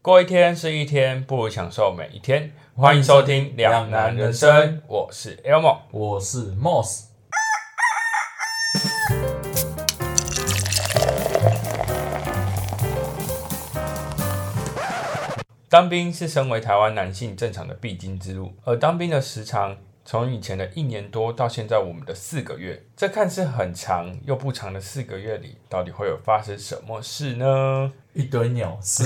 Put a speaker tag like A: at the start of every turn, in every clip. A: 过一天是一天，不如享受每一天。欢迎收听《两难人生》，我是 Elmo。
B: 我是 Moss。
A: 当兵是身为台湾男性正常的必经之路，而当兵的时长从以前的一年多到现在我们的四个月，这看似很长又不长的四个月里，到底会有发生什么事呢？
B: 一堆鸟事，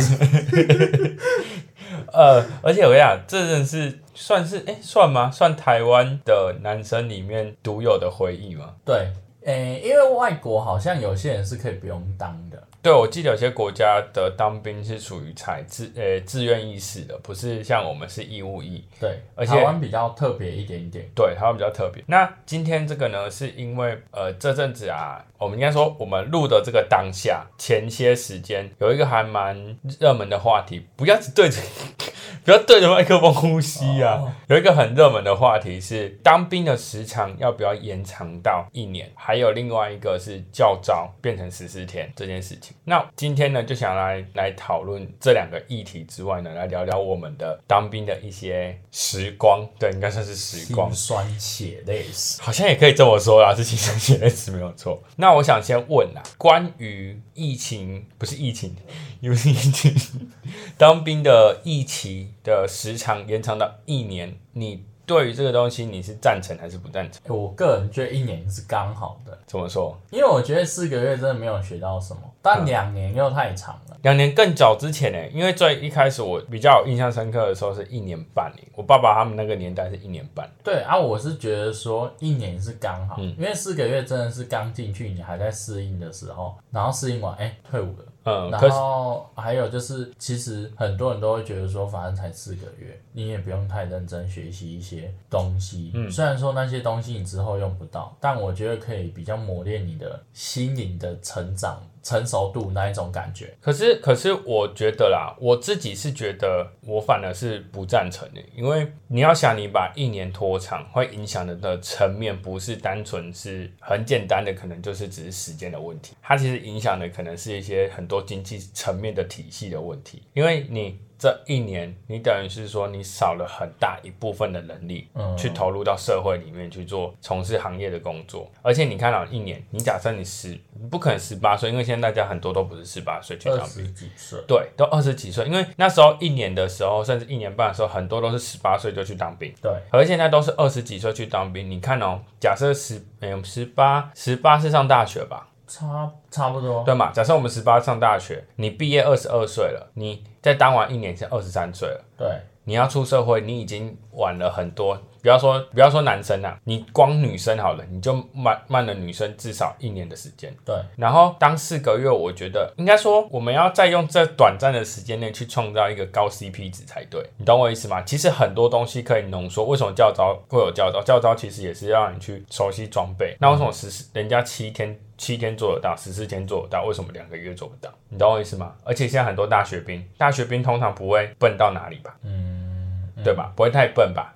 A: 呃，而且我跟你讲，这真的是算是哎、算吗？算台湾的男生里面独有的回忆吗？
B: 对，诶、因为外国好像有些人是可以不用当的，
A: 对，我记得有些国家的当兵是属于采自呃自愿意识的，不是像我们是义务役。
B: 对，
A: 而且
B: 台湾比较特别一点点，
A: 对，台湾比较特别。那今天这个呢，是因为呃这阵子啊，我们应该说我们录的这个当下前些时间有一个还蛮热门的话题，不要只对着 不要对着麦克风呼吸啊。
B: 哦
A: 有一个很热门的话题是当兵的时长要不要延长到一年，还有另外一个是教招变成十四天这件事情。那今天呢，就想来来讨论这两个议题之外呢，来聊聊我们的当兵的一些时光，对，应该算是时光
B: 心。酸血泪史。
A: 好像也可以这么说啦，是情商写的词没有错。 那我想先问啦，关于疫情不是疫情， 因为是疫情，当兵的疫期的时长延长到一年，你对于这个东西你是赞成还是不赞成？
B: 诶我个人觉得一年是刚好的，
A: 怎么说？
B: 因为我觉得四个月真的没有学到什么，
A: 嗯
B: 但两年又太长了。
A: 两年更早之前呢、因为最一开始我比较有印象深刻的时候是一年半、欸、我爸爸他们那个年代是一年半，
B: 对啊，我是觉得说一年是刚好，
A: 嗯
B: 因为四个月真的是刚进去，你还在适应的时候，然后适应完，哎、退伍了。
A: 嗯，可是
B: 然后还有就是，其实很多人都会觉得说，反正才四个月，你也不用太认真学习一些东西。
A: 嗯
B: 虽然说那些东西你之后用不到，但我觉得可以比较磨练你的心灵的成长、成熟度那一种感觉。
A: 可是，可是我觉得啦，我自己是觉得我反而是不赞成的，因为你要想，你把一年拖长，会影响的的层面不是单纯是很简单的，可能就是只是时间的问题，它其实影响的可能是一些很多经济层面的体系的问题，因为你。这一年，你等于是说你少了很大一部分的能力，
B: 嗯
A: 去投入到社会里面去做从事行业的工作。而且你看到一年，你假设你十，你不可能十八岁，因为现在大家很多都不是十八岁去
B: 二
A: 当兵。
B: 十几岁，
A: 对，都二十几岁，因为那时候一年的时候，甚至一年半的时候，很多都是十八岁就去当兵，
B: 对，
A: 而现在都是二十几岁去当兵。你看哦，假设十，哎、我十八，十八是上大学吧，
B: 差差不多。
A: 对嘛？假设我们十八上大学，你毕业二十二岁了，你再当完一年是二十三岁了。
B: 对，
A: 你要出社会，你已经晚了很多。不要说不要说男生啊，你光女生好了，你就慢慢了女生至少一年的时间。
B: 对，
A: 然后当四个月，我觉得应该说我们要再用这短暂的时间内去创造一个高 CP 值才对，你懂我意思吗？其实很多东西可以浓缩，为什么教招会有教招？教招其实也是让你去熟悉装备。那为什么十四人家七天七天做得到，十四天做得到，为什么两个月做不到？你懂我意思吗？而且现在很多大学兵，大学兵通常不会笨到哪里吧？
B: 嗯，
A: 对吧？不会太笨吧？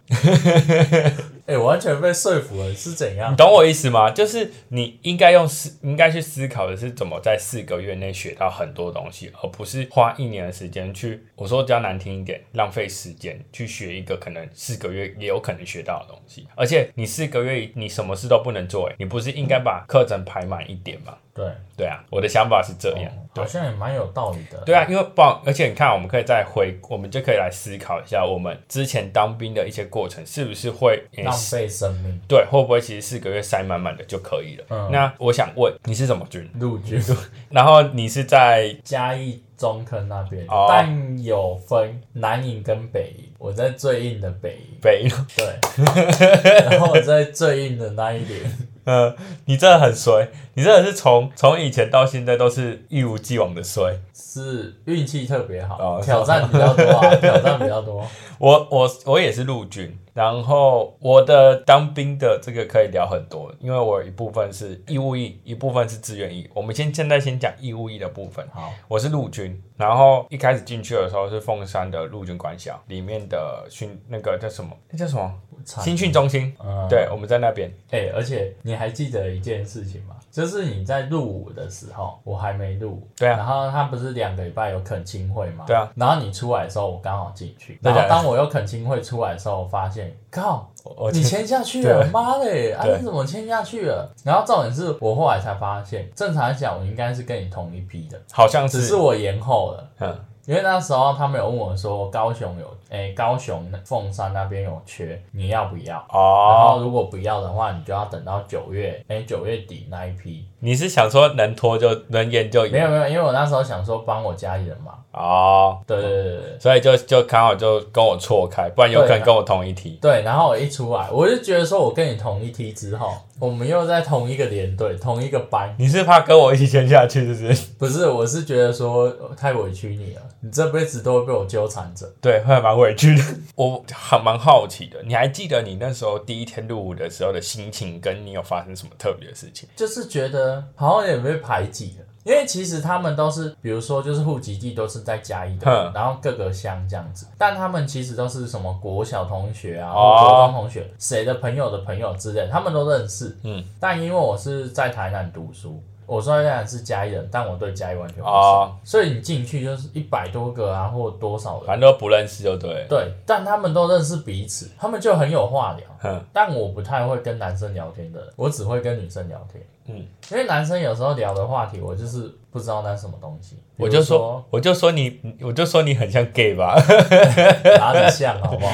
B: 哎、完全被说服了，是怎样
A: 你？懂我意思吗？就是你应该用思，应该去思考的是怎么在四个月内学到很多东西，而不是花一年的时间去，我说比较难听一点，浪费时间去学一个可能四个月也有可能学到的东西。而且你四个月你什么事都不能做、欸，你不是应该把课程排满一点吗？
B: 对，
A: 对啊，我的想法是这样。对
B: 好像也蛮有道理的。
A: 对啊，因为不好，而且你看，我们可以再回，我们就可以来思考一下，我们之前当兵的一些过程是不是会、呃
B: 浪费生命，
A: 对，会不会其实四个月塞满满的就可以了？
B: 嗯
A: 那我想问你是什么军？
B: 陆军。
A: 然后你是在
B: 嘉义中坑那边，
A: 哦
B: 但有分南营跟北营，我在最硬的北营，
A: 北，
B: 对，然后我在最硬的那一点，
A: 呃，你真的很衰，你真的是从从以前到现在都是一如既往的衰。
B: 是运气特别好，
A: 哦
B: 挑战比较多 啊，挑战比较多，
A: 我我我也是陆军，然后我的当兵的这个可以聊很多，因为我有一部分是义务役，一部分是志愿役。我们先现在先讲义务役的部分。
B: 好，
A: 我是陆军，然后一开始进去的时候是凤山的陆军官校里面的训那个叫什么？那叫什么？
B: 产
A: 新训中心，
B: 嗯，
A: 对，我们在那边。
B: 哎、而且你还记得一件事情吗？就是你在入伍的时候，我还没入伍，
A: 对啊
B: 然后他不是两个礼拜有恳亲会吗？
A: 对啊，
B: 然后你出来的时候，我刚好进去，
A: 对
B: 然
A: 啊
B: 后当我有恳亲会出来的时候，我发现，靠，
A: 我
B: 你签下去了，
A: 哦对
B: 妈嘞！啊，
A: 对
B: 你怎么签下去了？然后重点是我后来才发现，正常来讲我应该是跟你同一批的，
A: 好像
B: 只
A: 是，
B: 是我延后了。
A: 嗯，
B: 因为那时候他们有问我说，高雄有，诶、高雄凤山那边有缺，你要不要？然后
A: 哦，
B: 如果不要的话，你就要等到九月，诶，九月底那一批。
A: 你是想说能拖就能延就
B: 没
A: 延，
B: 有没有，因为我那时候想说帮我家里人嘛，
A: 哦，
B: 对对对对对。
A: 所以就就刚好就跟我错开，不然有可能
B: 对啊
A: 跟我同一题。
B: 对，然后我一出来，我就觉得说，我跟你同一梯之后，我们又在同一个连队、同一个班，
A: 你是怕跟我一起签下去，是不是？
B: 不是，我是觉得说呃太委屈你了，你这辈子都会被我纠缠着。
A: 对，会蛮委屈的。我很蛮好奇的，你还记得你那时候第一天入伍的时候的心情，跟你有发生什么特别的事情？
B: 就是觉得好像也被排挤了。因为其实他们都是，比如说就是户籍地都是在嘉义的
A: 哼，
B: 然后各个乡这样子，但他们其实都是什么国小同学啊，
A: 哦
B: 或国中同学，谁的朋友的朋友之类，他们都认识。
A: 嗯，
B: 但因为我是在台南读书，我虽然是嘉义人，但我对嘉义完全不熟，
A: 哦，
B: 所以你进去就是一百多个啊，或多少人，
A: 反正都不认识就对了。
B: 对，但他们都认识彼此，他们就很有话聊。
A: 哼，
B: 但我不太会跟男生聊天的人，我只会跟女生聊天。
A: 嗯，
B: 因为男生有时候聊的话题，我就是不知道那是什么东西。
A: 我就
B: 说
A: 说，我就说你，我就说你很像 gay 吧？
B: 哪里像，好不好？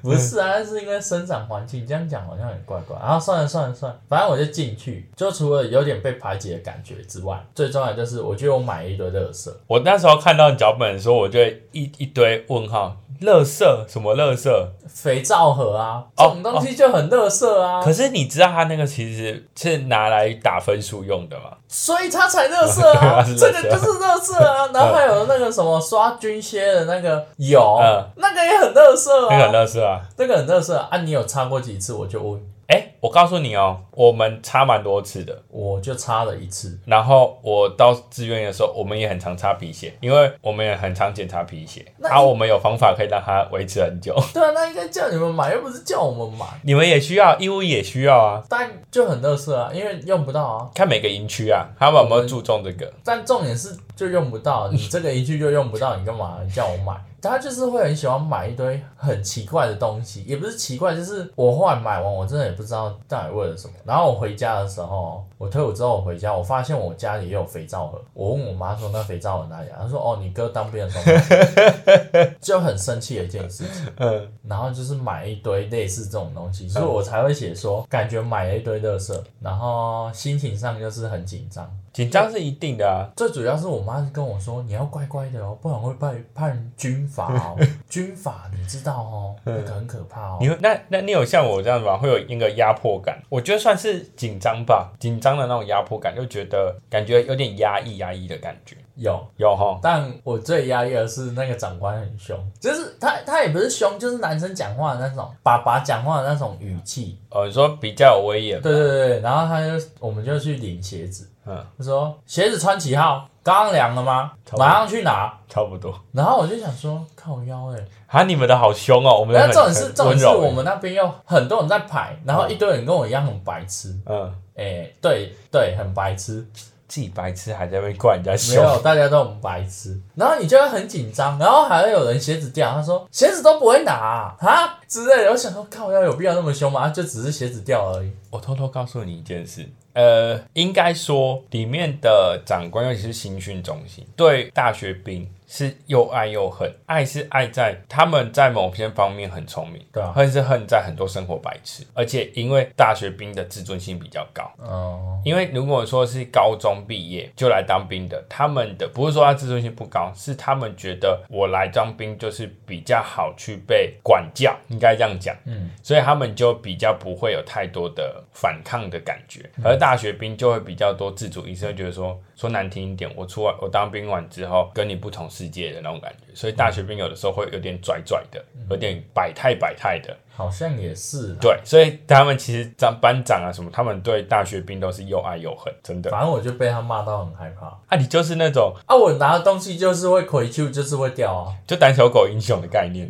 B: 不是啊，那是因为生长环境，这样讲好像很怪怪。然后算了算了算了，反正我就进去，就除了有点被排挤的感觉之外，最重要的就是我觉得我买了一堆垃圾。
A: 我那时候看到你脚本的时候，我就一一堆问号，乐色什么乐色？
B: 肥皂盒啊，这
A: 哦
B: 种东西就很垃圾啊，
A: 可是你知道他那个其实是拿来打分数用的吗？
B: 所以它才垃圾 啊，
A: 它是垃圾
B: 这个就是垃圾 啊。然后还有那个什么刷军靴的那个有
A: 嗯，
B: 那个也很垃圾
A: 那个很
B: 啊，
A: 乐色啊！
B: 那个很垃圾啊。啊你有擦过几次？我就问，
A: 哎、我告诉你哦，我们差蛮多次的。
B: 我就擦了一次。
A: 然后我到志愿的时候，我们也很常擦皮鞋，因为我们也很常检查皮鞋。
B: 那
A: 然
B: 你
A: 后我们有方法可以让它维持很久。
B: 对啊，那应该叫你们买，又不是叫我们买。
A: 你们也需要，义乌也需要啊。
B: 但就很垃圾啊，因为用不到啊。
A: 看每个营区啊，他们有没有注重这个？
B: 但重点是就用不到，你这个一句就用不到，你干嘛叫我买？他就是会很喜欢买一堆很奇怪的东西，也不是奇怪，就是我后来买完，我真的也不知道到底为了什么。然后我回家的时候，我退伍之后我回家，我发现我家里也有肥皂盒。我问我妈说那肥皂盒哪里啊？她说哦，你哥当兵的时候买的，就很生气的一件事情。
A: 嗯，
B: 然后就是买一堆类似这种东西，所以我才会写说感觉买了一堆垃圾，然后心情上就是很紧张。
A: 紧张是一定的啊。
B: 最主要是我妈跟我说，你要乖乖的哦，不然会被判军法哦， 军法你知道哦，那个很可怕哦
A: 嗯你。会那那你有像我这样子吗？会有那个压迫感？我觉得算是紧张吧，紧张的那种压迫感，就觉得感觉有点压抑压抑的感觉。
B: 有，
A: 有哈，
B: 但我最压抑的是那个长官很凶，就是他他也不是凶，就是男生讲话的那种，爸爸讲话的那种语气。
A: 呃，你说比较有威严，
B: 对对对，然后他就我们就去领鞋子，
A: 嗯，
B: 他说鞋子穿几号？刚刚量了吗
A: 差？不多
B: 马上去拿。
A: 差不多。
B: 然后我就想说，靠腰哎、欸，
A: 啊，你们的好凶哦，我们的
B: 那
A: 很
B: 重点是
A: 很
B: 重
A: 温
B: 点是
A: 柔欸
B: 我们那边有很多人在排，然后一堆人跟我一样很白痴，
A: 嗯，
B: 哎、对对，很白痴，
A: 自己白痴还在那边怪人家
B: 没
A: 凶，
B: 有，大家都很白痴。然后你就会很紧张，然后还会有人鞋子掉，他说鞋子都不会拿啊啊之类的。我想说，靠，要有必要那么凶吗？啊就只是鞋子掉而已。
A: 我偷偷告诉你一件事，呃，应该说里面的长官，尤其是新训中心，对大学兵是又爱又恨。爱是爱在他们在某些方面很聪明，
B: 对啊
A: 恨是恨在很多生活白痴。而且因为大学兵的自尊心比较高，
B: 嗯，
A: 因为如果说是高中毕业就来当兵的，他们的不是说他自尊心不高，是他们觉得我来当兵就是比较好去被管教，应该这样讲。
B: 嗯，
A: 所以他们就比较不会有太多的反抗的感觉，而大学兵就会比较多自主意识，会觉得说说难听一点，我出来我当兵完之后跟你不同世界的那种感觉，所以大学兵有的时候会有点拽拽的，有点摆态摆态的，
B: 好像也是啦。
A: 对，所以他们其实当班长啊什么，他们对大学啊兵都是又爱又恨，真的。
B: 反正我就被他骂到很害怕
A: 啊，你就是那种
B: 啊！我拿的东西就是会回去，就是会掉啊。
A: 就胆小狗英雄的概念，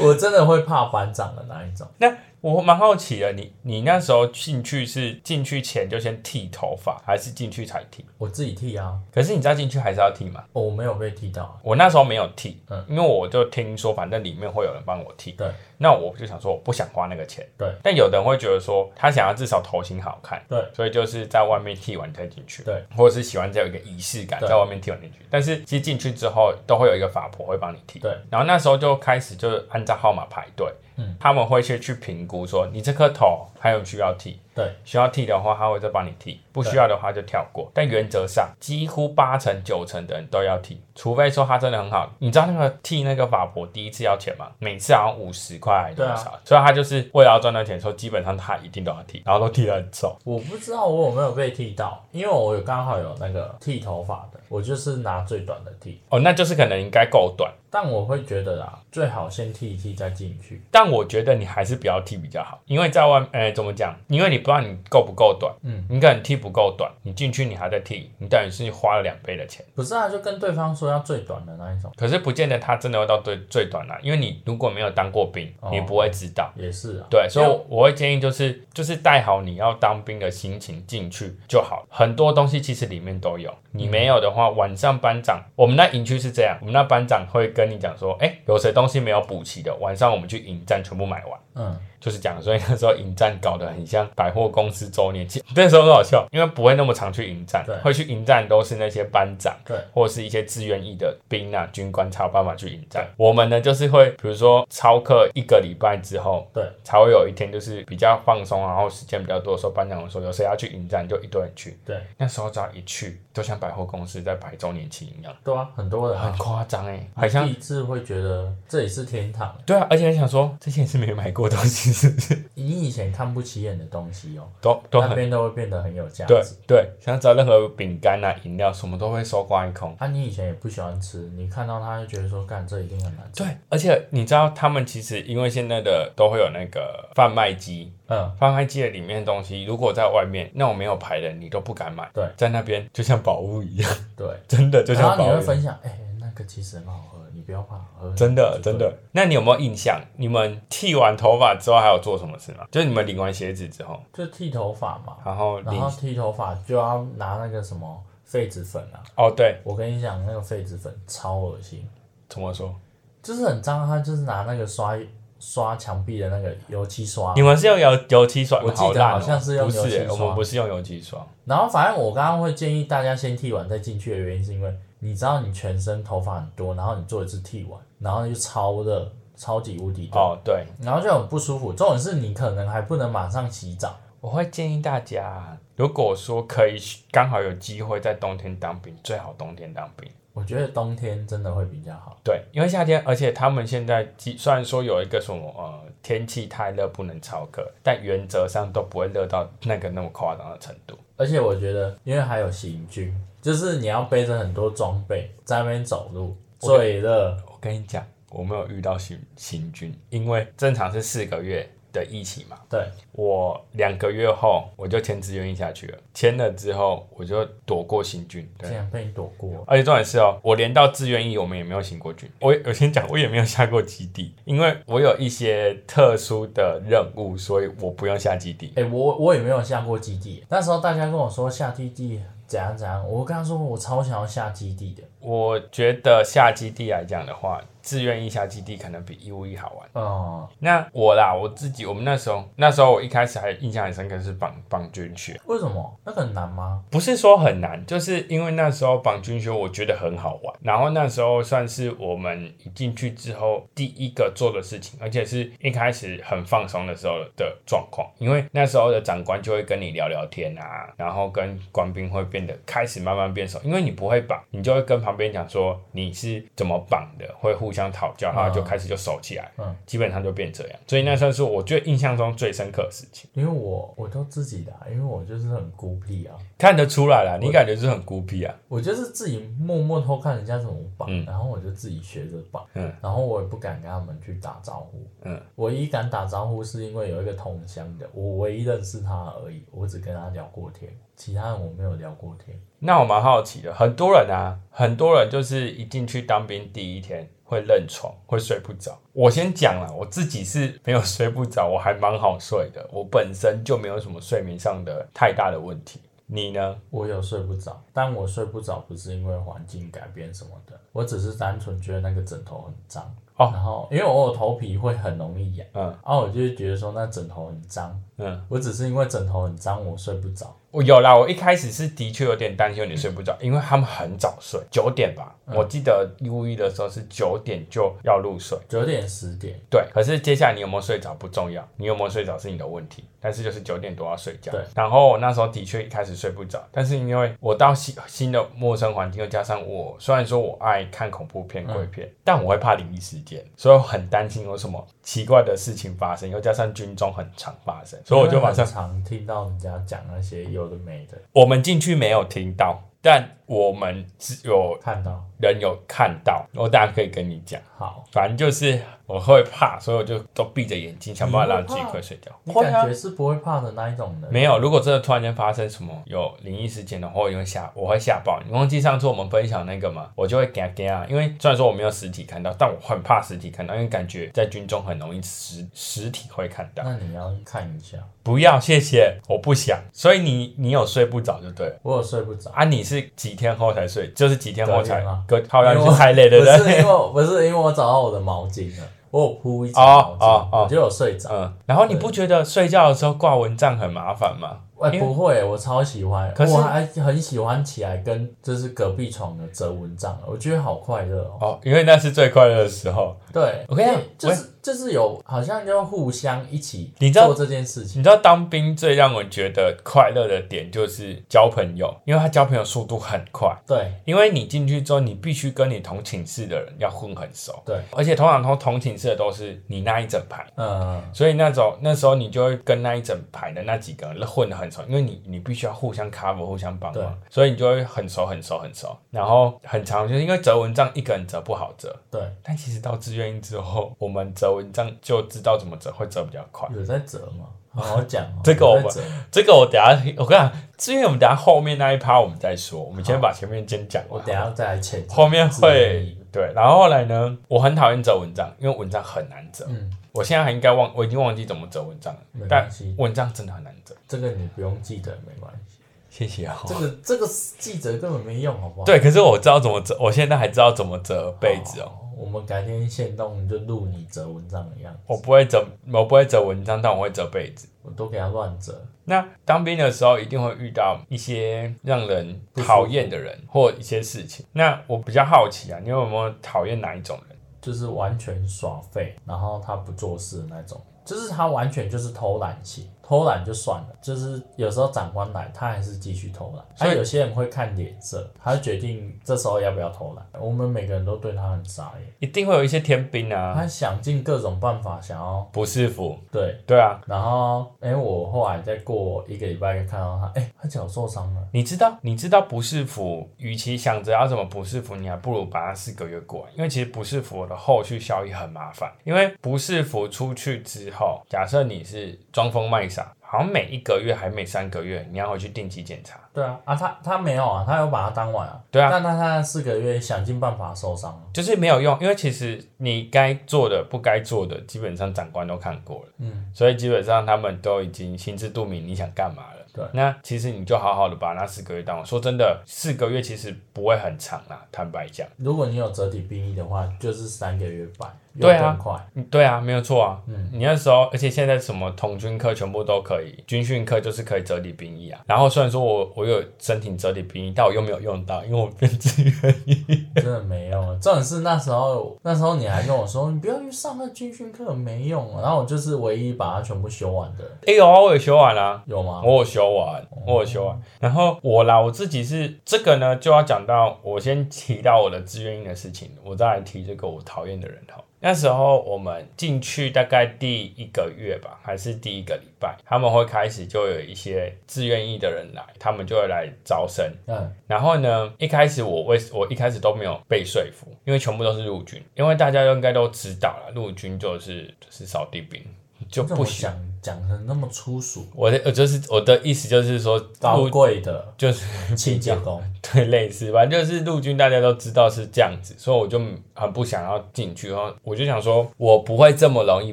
B: 我真的会怕班长的那一种。
A: 那我蛮好奇的，你你那时候进去是进去前就先剃头发，还是进去才剃？
B: 我自己剃啊，
A: 可是你知道进去还是要剃嘛？
B: 哦我没有被剃到啊。
A: 我那时候没有剃，
B: 嗯
A: 因为我就听说反正里面会有人帮我剃，
B: 对
A: 那我就想说我不想花那个钱，
B: 对。
A: 但有的人会觉得说他想要至少头型好看，
B: 对，
A: 所以就是在外面剃完再进去，
B: 对，
A: 或者是喜欢这样有一个仪式感，
B: 对
A: 在外面剃完进去。但是其实进去之后都会有一个法婆会帮你剃，
B: 对。
A: 然后那时候就开始就是按照号码排队，
B: 嗯，
A: 他们会先去评估说你这颗头还有需要剃，
B: 对
A: 需要剃的话他会再帮你剃，不需要的话就跳过。但原则上几乎八成九成的人都要剃，除非说他真的很好。你知道那个剃那个法婆第一次要钱吗？每次好像五十块还是多
B: 对啊
A: 少？所以他就是为了要赚到钱，说基本上他一定都要剃，然后都剃得很丑。
B: 我不知道我有没有被剃到，因为我有刚好有那个剃头发的，我就是拿最短的剃。
A: 哦，那就是可能应该够短，
B: 但我会觉得啦，最好先剃一剃再进去。
A: 但我觉得你还是不要剃比较好，因为在外，呃，怎么讲？因为你不知道你够不够短，
B: 嗯，
A: 你可能剃不够短，你进去你还在剃，你等于是花了两倍的钱。
B: 不是啊，就跟对方说要最短的那一种，
A: 可是不见得他真的会到最最短啦、因为你如果没有当过兵，
B: 哦
A: 你不会知道。
B: 也是啊。
A: 对，所以
B: 因为
A: 我我会建议就是就是带好你要当兵的心情进去就好。很多东西其实里面都有，你没有的话，晚上班长我们那营区是这样，我们那班长会跟你讲说，哎、有谁东西没有补齐的，晚上我们去营站全部买完。
B: 嗯，
A: 就是讲，所以那时候迎战搞得很像百货公司周年庆，那时候很好笑，因为不会那么常去迎战
B: 对，
A: 会去迎战都是那些班长。
B: 对，
A: 或是一些志愿役的兵啊、军官才有办法去迎战。我们呢，就是会比如说超课一个礼拜之后，
B: 对，
A: 才会有一天就是比较放松，啊然后时间比较多的时候，班长会说有谁要去迎战，就一堆人去。
B: 对，
A: 那时候只要一去，就像百货公司在摆周年庆一样，
B: 对啊，很多人
A: 很
B: 啊，
A: 夸张哎，好像
B: 第一次会觉得这里是天堂，
A: 对啊，而且很想说这些人是没买过东西，是不是？
B: 你以前看不起眼的东西哦，
A: 都都很
B: 那边都会变得很有价
A: 对
B: 值。
A: 对，想找任何饼干啊、饮料什么都会搜刮一空。
B: 啊，你以前也不喜欢吃，你看到它就觉得说，干这一定很难吃。
A: 对，而且你知道他们其实因为现在的都会有那个贩卖机，
B: 嗯，
A: 贩卖机的里面的东西，如果在外面那种没有牌的，你都不敢买。
B: 对
A: 在那边就像宝物一样，
B: 对。
A: 真的就
B: 然
A: 像
B: 后你
A: 宝
B: 会
A: 物。
B: 分享，哎、那个其实很好喝，你不要怕喝。
A: 真的
B: 就对
A: 真的，那你有没有印象？你们剃完头发之后还有做什么事吗？就是你们领完鞋子之后，
B: 就剃头发嘛，
A: 然后
B: 然
A: 领
B: 后剃头发就要拿那个什么痱子粉啊。
A: 哦对，
B: 我跟你讲，那个痱子粉超恶心，
A: 怎么说？
B: 就是很脏，他就是拿那个刷刷墙壁的那个油漆刷
A: 你。们是用油油漆刷吗？
B: 啊我记得
A: 烂哦
B: 好像是用
A: 不是
B: 油漆
A: 欸我
B: 刷
A: 们不是用油漆刷。
B: 然后反正我刚刚会建议大家先剃完再进去的原因，是因为你知道你全身头发很多，然后你做一次剃完，然后就超热，超级无敌热，
A: 哦对，
B: 然后就很不舒服。重点是你可能还不能马上洗澡。
A: 我会建议大家，如果说可以刚好有机会在冬天当兵，最好冬天当兵。
B: 我觉得冬天真的会比较好。
A: 对，因为夏天，而且他们现在即虽然说有一个什么呃天气太热不能超课，但原则上都不会热到那个那么夸张的程度。
B: 而且我觉得，因为还有行军，就是你要背着很多装备在那边走路，
A: 我
B: 最热。
A: 我跟你讲，我没有遇到行行军，因为正常是四个月的疫情嘛，
B: 对，
A: 我两个月后我就签志愿役下去了，签了之后我就躲过行军。对
B: 竟。然被你躲过。
A: 而且重点是哦，我连到志愿役我们也没有行过军，我我先讲，我也没有下过基地，因为我有一些特殊的任务，所以我不用下基地。
B: 哎、我我也没有下过基地。那时候大家跟我说下基地怎样怎样，我跟他说我超想要下基地的。
A: 我觉得下基地来讲的话，志愿役下基地可能比义务役好玩。
B: 嗯，
A: 那我啦，我自己，我们那时候，那时候我一开始还印象很深刻是绑绑军靴，
B: 为什么？那个很难吗？
A: 不是说很难，就是因为那时候绑军靴我觉得很好玩，然后那时候算是我们一进去之后第一个做的事情，而且是一开始很放松的时候的状况，因为那时候的长官就会跟你聊聊天啊，然后跟官兵会变得开始慢慢变熟，因为你不会绑，你就会跟旁边讲说你是怎么绑的，会互相讨教，然后就开始就熟起来，
B: 嗯，
A: 啊基本上就变这样，所以那算是我觉得印象中最深刻的事情，
B: 因为我我都自己来，因为我就是很孤僻啊，
A: 看得出来啦，你感觉是很孤僻啊，
B: 我就是自己默默偷看人家怎么绑，
A: 嗯
B: 然后我就自己学着绑，
A: 嗯
B: 然后我也不敢跟他们去打招呼，
A: 嗯。
B: 唯一敢打招呼是因为有一个同乡的，我唯一认识他而已，我只跟他聊过天。其他人我没有聊过天。
A: 那我蛮好奇的，很多人啊，很多人就是一进去当兵第一天会认床，会睡不着。我先讲了，我自己是没有睡不着，我还蛮好睡的，我本身就没有什么睡眠上的太大的问题。你呢？
B: 我有睡不着，但我睡不着不是因为环境改变什么的，我只是单纯觉得那个枕头很脏。
A: 哦
B: 然后因为我有头皮会很容易痒，
A: 嗯
B: 然后我就会觉得说那枕头很脏。
A: 嗯，
B: 我只是因为枕头很脏，我睡不着。
A: 我有啦，我一开始是的确有点担心有点睡不着，因为他们很早睡，九点吧，我记得 U 一的时候是九点就要入睡。
B: 九点十点，
A: 对，可是接下来你有没有睡着不重要，你有没有睡着是你的问题，但是就是九点多要睡觉。
B: 对，
A: 然后我那时候的确一开始睡不着，但是因为我到新新的陌生环境，又加上我虽然说我爱看恐怖片、鬼片，
B: 嗯
A: 但我会怕灵异事件，所以我很担心有什么奇怪的事情发生，又加上军中很常发生，
B: 啊
A: 所以我就马上
B: 因为很常听到人家讲那些有的没的，
A: 我们进去没有听到，但我们只有
B: 看到
A: 人有看到，我大家可以跟你讲。
B: 好，
A: 反正就是我会怕，所以我就都闭着眼睛，想办法让自己
B: 你会怕
A: 快睡觉。
B: 你
A: 会啊
B: 感觉是不会怕的那一种人。
A: 没有，如果真的突然间发生什么有灵异事件的话，我会吓，我会吓爆。你忘记上次我们分享那个吗？我就会嘎嘎啊，因为虽然说我没有实体看到，但我很怕实体看到，因为感觉在军中很容易实实体会看到。
B: 那你要看一下，
A: 不要，谢谢，我不想。所以你你有睡不着就对了。
B: 我有睡不着。
A: 啊，你是几天后才睡？就是几天后
B: 隔
A: 才
B: 天啊，
A: 隔好像
B: 因为
A: 是
B: 我
A: 太累了，
B: 不
A: 对
B: 是因为我不是因为我找到我的毛巾了，我有铺一层
A: 哦
B: 毛
A: 哦哦
B: 巾，我就有睡着。
A: 嗯，然后你不觉得睡觉的时候挂蚊帐很麻烦吗？
B: 哎、
A: 因为
B: 不会，我超喜欢，
A: 可是
B: 我还很喜欢起来跟就是隔壁床的折蚊帐，我觉得好快乐哦。
A: 哦，因为那是最快乐的时候。
B: 对，
A: 我跟你讲
B: 因为就是就是有好像就互相一起
A: 你知道
B: 做这件事情，
A: 你知道当兵最让我觉得快乐的点就是交朋友，因为他交朋友速度很快。
B: 对
A: 因为你进去之后，你必须跟你同寝室的人要混很熟，
B: 对，
A: 而且通常同同寝室的都是你那一整排，
B: 嗯，
A: 所以那种那时候你就会跟那一整排的那几个人混得很熟，因为你你必须要互相 cover、互相帮
B: 对
A: 忙，所以你就会很熟、很熟、很熟。然后很长，就是因为折蚊帐一个人折不好折，
B: 对，
A: 但其实到志愿役之后，我们折蚊帐就知道怎么折，会折比较快。
B: 有在折吗？好好讲哦，
A: 这个我
B: 有在折
A: 这个我等一下，我跟你讲，至于我们等一下后面那一趴我们再说，我们先把前面先讲
B: 我
A: 完。
B: 等一下再来签。
A: 后面
B: 自
A: 会
B: 己
A: 对，然后后来呢，我很讨厌折文章，因为文章很难折。
B: 嗯，
A: 我现在还应该忘，我已经忘记怎么折文章了
B: 没，
A: 但
B: 关系
A: 文章真的很难折。
B: 这个你不用记得，没关系。
A: 谢谢哦。
B: 这个这个记者根本没用，好不好？
A: 对，可是我知道怎么折，我现在还知道怎么折被子哦。
B: 好。我们改天现动就录你折文章的样
A: 我
B: 子，
A: 不会折，我不会折文章，但我会折被子。
B: 我都给他乱折。
A: 那当兵的时候一定会遇到一些让人
B: 不舒服
A: 讨厌的人或一些事情。那我比较好奇啊，你有没有讨厌哪一种人？
B: 就是完全耍废，然后他不做事的那种，就是他完全就是偷懒型，偷懒就算了，就是有时候长官来，他还是继续偷懒。
A: 所以
B: 所以有些人会看脸色，他就决定这时候要不要偷懒。我们每个人都对他很傻眼，
A: 一定会有一些天兵啊，
B: 他想尽各种办法想要
A: 不是服，
B: 对。
A: 对啊，
B: 然后，哎、我后来再过一个礼拜，看到他，哎、他脚受伤了。
A: 你知道，你知道不是服，与其想着要怎么不是服，你还不如把它四个月过来，因为其实不是服的后续效益很麻烦，因为不是服出去之后，假设你是装疯卖傻，好像每一个月还每三个月你要回去定期检查，
B: 对啊，啊，他他没有啊，他有把他当晚啊。
A: 对啊
B: 但他他四个月想尽办法受伤了。
A: 就是没有用，因为其实你该做的、不该做的，基本上长官都看过了，
B: 嗯，
A: 所以基本上他们都已经心知肚明你想干嘛了。
B: 对
A: 那其实你就好好的把那四个月当完。说真的，四个月其实不会很长啦，坦白讲。
B: 如果你有折抵兵役的话，就是三个月半，又
A: 对啊
B: 更快。
A: 嗯对啊，没有错啊。
B: 嗯
A: 你那时候，而且现在什么童军课全部都可以，军训课就是可以折抵兵役啊。然后虽然说我我有申请折抵兵役，但我又没有用到，因为我变志愿 役。
B: 真的没用。重点是那时候，那时候你还跟我说，你不要去上那军训课，没用。然后我就是唯一把它全部修完的，
A: 哎呦，我有修完啦、
B: 有吗？
A: 我有修完，我有修完。然后我啦，我自己是这个呢，就要讲到我先提到我的志愿役的事情，我再来提这个我讨厌的人哈。那时候我们进去大概第一个月吧，还是第一个礼拜，他们会开始就有一些志愿役的人来，他们就会来招生。
B: 嗯，
A: 然后呢，一开始我为我一开始都没有被说服，因为全部都是陆军，因为大家都应该都知道了，陆军就是就是扫地兵，就
B: 你怎
A: 不
B: 么
A: 喜
B: 讲讲的那么粗俗，
A: 我的我就是我的意思就是说，
B: 高
A: 陆
B: 贵的
A: 就是
B: 清洁工，
A: 对，类似，反正就是陆军大家都知道是这样子，所以我就很不想要进去。然后我就想说，我不会这么容易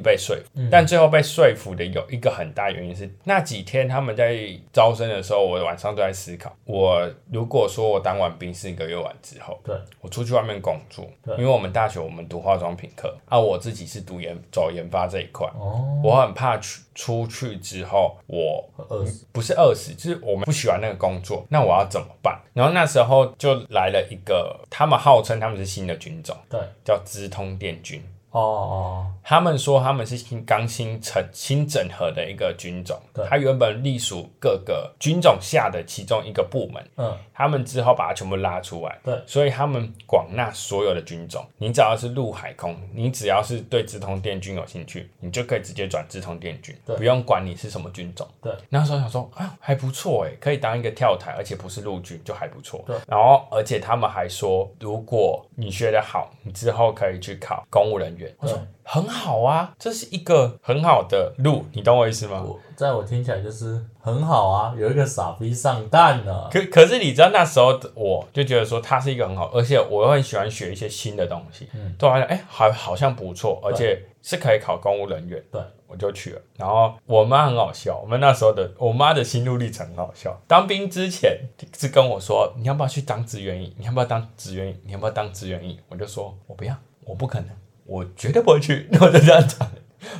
A: 被说服。
B: 嗯
A: 但最后被说服的有一个很大原因是，那几天他们在招生的时候，我晚上都在思考，我如果说我当完兵四个月完之后，
B: 对，
A: 我出去外面工作，
B: 对
A: 因为我们大学我们读化妆品课啊，我自己是读研走研发这一块，
B: 哦，
A: 我很怕出出去之后我嗯
B: 饿死，
A: 不是饿死，就是我们不喜欢那个工作，那我要怎么办？然后那时候就来了一个，他们号称他们是新的军种，
B: 对，
A: 叫直通电军。
B: 哦哦，
A: 他们说他们是新刚新成新整合的一个军种
B: 对，
A: 它原本隶属各个军种下的其中一个部门，
B: 嗯，
A: 他们之后把它全部拉出来，
B: 对
A: 所以他们广纳所有的军种，你只要是陆海空，你只要是对直通电军有兴趣，你就可以直接转直通电军，
B: 对
A: 不用管你是什么军种。
B: 对，
A: 那时候想说啊，还不错哎，可以当一个跳台，而且不是陆军，就还不错。
B: 对，
A: 然后而且他们还说，如果你学得好，你之后可以去考公务人员。我说
B: 对
A: 很好啊，这是一个很好的路，你懂我意思吗？
B: 我在我听起来就是很好啊，有一个傻逼上啊蛋了，
A: 可可是你知道那时候的我就觉得说它是一个很好，而且我又很喜欢学一些新的东西，
B: 嗯
A: 嗯，对我来讲，哎、好好像不错，而且是可以考公务人员，
B: 对，
A: 我就去了。然后我妈很好笑，我们那时候的我妈的心路历程很好笑。当兵之前是跟我说，你要不要去当志愿役？你要不要当志愿役？你要不要当志愿役？我就说我不要，我不可能，我绝对不会去， 我就这样讲。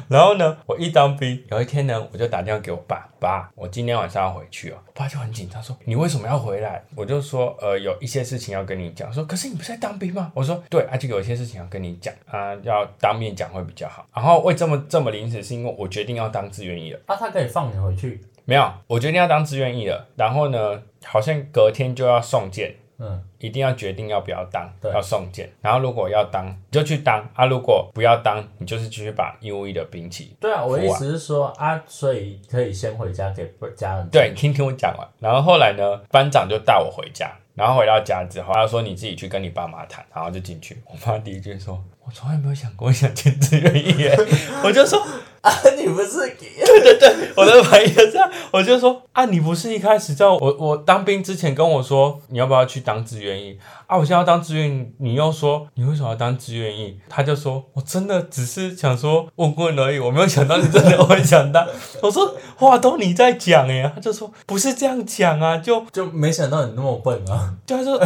A: 然后呢，我一当兵，有一天呢，我就打电话给我爸，爸，我今天晚上要回去哦。我爸就很紧张，说你为什么要回来？我就说，呃，有一些事情要跟你讲。说可是你不是在当兵吗？我说对，啊，就有一些事情要跟你讲啊，要当面讲会比较好。然后为这么这么临时，是因为我决定要当志愿役了。
B: 啊，他可以放你回去，
A: 没有，我决定要当志愿役了。然后呢，好像隔天就要送件，
B: 嗯，
A: 一定要决定要不要当
B: 对，
A: 要送件。然后如果要当，你就去当啊；如果不要当，你就是继续把义务役的兵器
B: 对啊，我的意
A: 服啊
B: 思是说啊，所以可以先回家给 家人，
A: 对，你听听我讲完。然后后来呢，班长就带我回家，然后回到家之后，他说你自己去跟你爸妈谈，然后就进去。我妈第一句说，我从来没有想过想进志愿役耶， 我就说，
B: 啊，你不是给
A: 我的朋友这样，我就说啊，你不是一开始在我我当兵之前跟我说你要不要去当志愿役啊？我现在要当志愿役，你又说你为什么要当志愿役？他就说我真的只是想说问问而已，我没有想到你真的会想当。我说话都你在讲耶，他就说不是这样讲啊，就
B: 就没想到你那么笨啊，
A: 就他说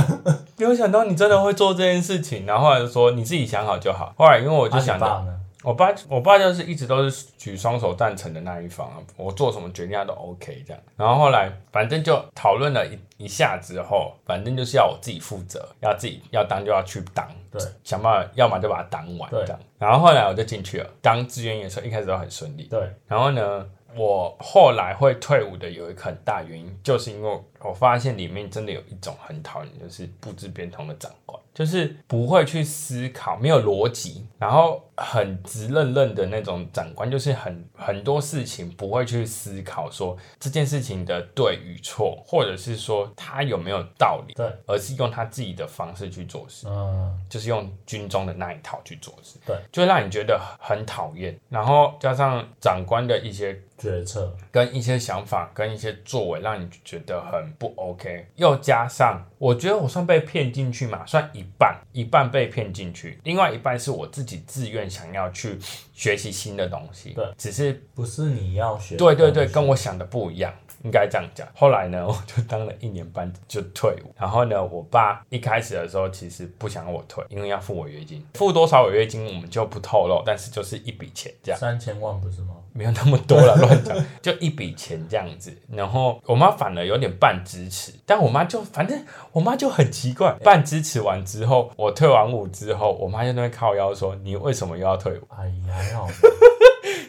A: 没有想到你真的会做这件事情，然后后来就说你自己想好就好。后来因为我
B: 我
A: 就想到。
B: 爸呢，
A: 我爸，我爸就是一直都是举双手赞成的那一方啊，我做什么决定他都 OK 这样。然后后来反正就讨论了一一下之后，反正就是要我自己负责，要自己要当就要去当，
B: 对，
A: 想办法，要么就把它当完
B: 对
A: 这样。然后后来我就进去了，当志愿役的时候一开始都很顺利，
B: 对，
A: 然后呢，我后来会退伍的有一个很大原因，就是因为我发现里面真的有一种很讨厌，就是不知变通的长官，就是不会去思考，没有逻辑，然后很直愣愣的那种长官，就是很很多事情不会去思考说这件事情的对与错，或者是说他有没有道理，
B: 对，
A: 而是用他自己的方式去做事。
B: 嗯，
A: 就是用军中的那一套去做事，
B: 对，
A: 就会让你觉得很讨厌。然后加上长官的一些
B: 决策，
A: 跟一些想法、跟一些作为，让你觉得很不 OK。又加上，我觉得我算被骗进去嘛，算一半，一半被骗进去，另外一半是我自己自愿想要去学习新的东西，
B: 对，
A: 只是
B: 不是你要学，
A: 对对对，，跟我想的不一样，应该这样讲。后来呢，我就当了一年班就退伍。然后呢，我爸一开始的时候其实不想我退，因为要付违约金，付多少违约金我们就不透露，但是就是一笔钱这样。
B: 三千万不是吗？
A: 没有那么多了，乱讲，就一笔钱这样子。然后我妈反而有点半支持，但我妈就反正我妈就很奇怪，半支持完之后，我退完伍之后，我妈就在那边靠腰说：“你为什么又要退伍？”
B: 哎呀，还好吧，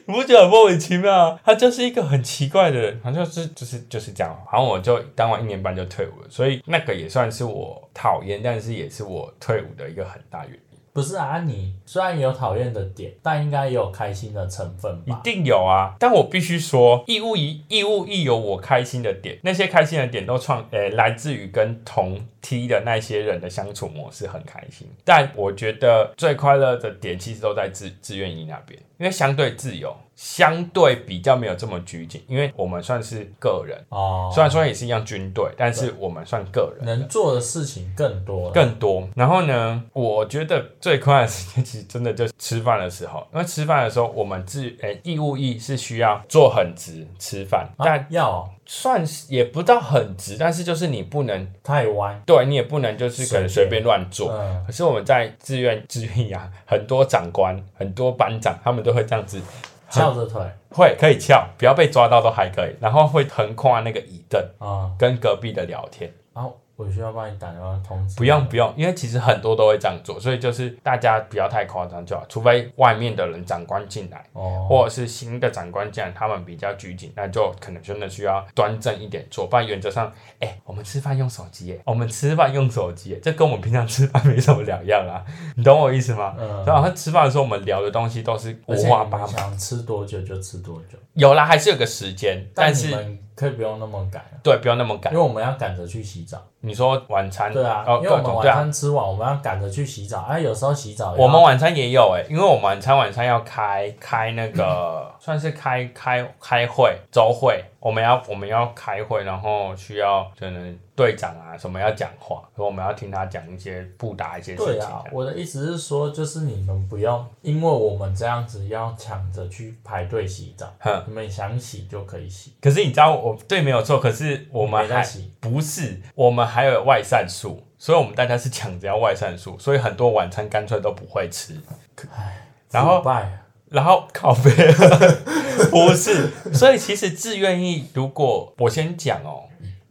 A: 你不觉得很莫名其妙啊？他就是一个很奇怪的人，好像是就是就是这样。然后我就当完一年半就退伍了，所以那个也算是我讨厌，但是也是我退伍的一个很大原因。
B: 不是啊，你虽然有讨厌的点，但应该也有开心的成分
A: 一
B: 吧？
A: 定有啊，但我必须说，义务一义务一有我开心的点，那些开心的点都创呃、来自于跟同梯的那些人的相处模式很开心。但我觉得最快乐的点其实都在志志愿役那边。因为相对自由，相对比较没有这么拘谨，因为我们算是个人，
B: 哦，
A: 虽然说也是一样军队，但是我们算个人。
B: 能做的事情更多了。
A: 更多。然后呢，我觉得最快的时间其实真的就是吃饭的时候，因为吃饭的时候我们自诶、义务役是需要坐很直吃饭，
B: 啊
A: 但
B: 要哦
A: 算是也不到很直，但是就是你不能，
B: 太歪，
A: 对你也不能就是可能
B: 随
A: 随便
B: 便
A: 乱做。
B: 嗯，
A: 可是我们在志愿志愿呀，很多长官、很多班长，他们都会这样子，
B: 翘着腿
A: 会可以翘，不要被抓到都还可以，然后会横跨那个椅凳
B: 啊，
A: 跟隔壁的聊天。
B: 然后我需要帮你打电话通知。
A: 不用不用，因为其实很多都会这样做，所以就是大家不要太夸张就好，除非外面的人长官进来，
B: 哦，
A: 或者是新的长官进来，他们比较拘谨，那就可能真的需要端正一点做，不然原则上，哎、我们吃饭用手机耶，我们吃饭用手机耶，这跟我们平常吃饭没什么两样 啊，你懂我意思吗？
B: 嗯
A: 然后吃饭的时候，我们聊的东西都是五
B: 而且
A: 花
B: 你
A: 八
B: 们
A: 门，
B: 想吃多久就吃多久，
A: 有啦，还是有个时间，但
B: 你
A: 是
B: 们可以不用那么赶啊，
A: 对，不要那么赶
B: 因。为我们要赶着去洗澡。
A: 你说晚餐，
B: 对啊，
A: 哦，
B: 因为
A: 各
B: 我们
A: 种对
B: 晚
A: 啊，
B: 餐吃完，我们要赶着去洗澡。哎，有时候洗澡也要
A: 我们晚餐也有哎、因为我们晚餐晚上要开开那个 算是开开开会周会，我们要我们要开会，然后需要可能队长啊什么要讲话，所以我们要听他讲一些布达一些事
B: 对
A: 情
B: 啊
A: 啊。，
B: 我的意思是说，就是你们不用，因为我们这样子要抢着去排队洗澡，
A: 哼，
B: 你们想洗就可以洗。
A: 可是你知道我对没有错，可是我们
B: 没在
A: 还
B: 洗，
A: 不是我们还有外散数，所以我们大家是抢着要外散数，所以很多晚餐干脆都不会吃。然后
B: 腐败啊
A: 然后靠背， 不是，所以其实自愿意，如果我先讲哦，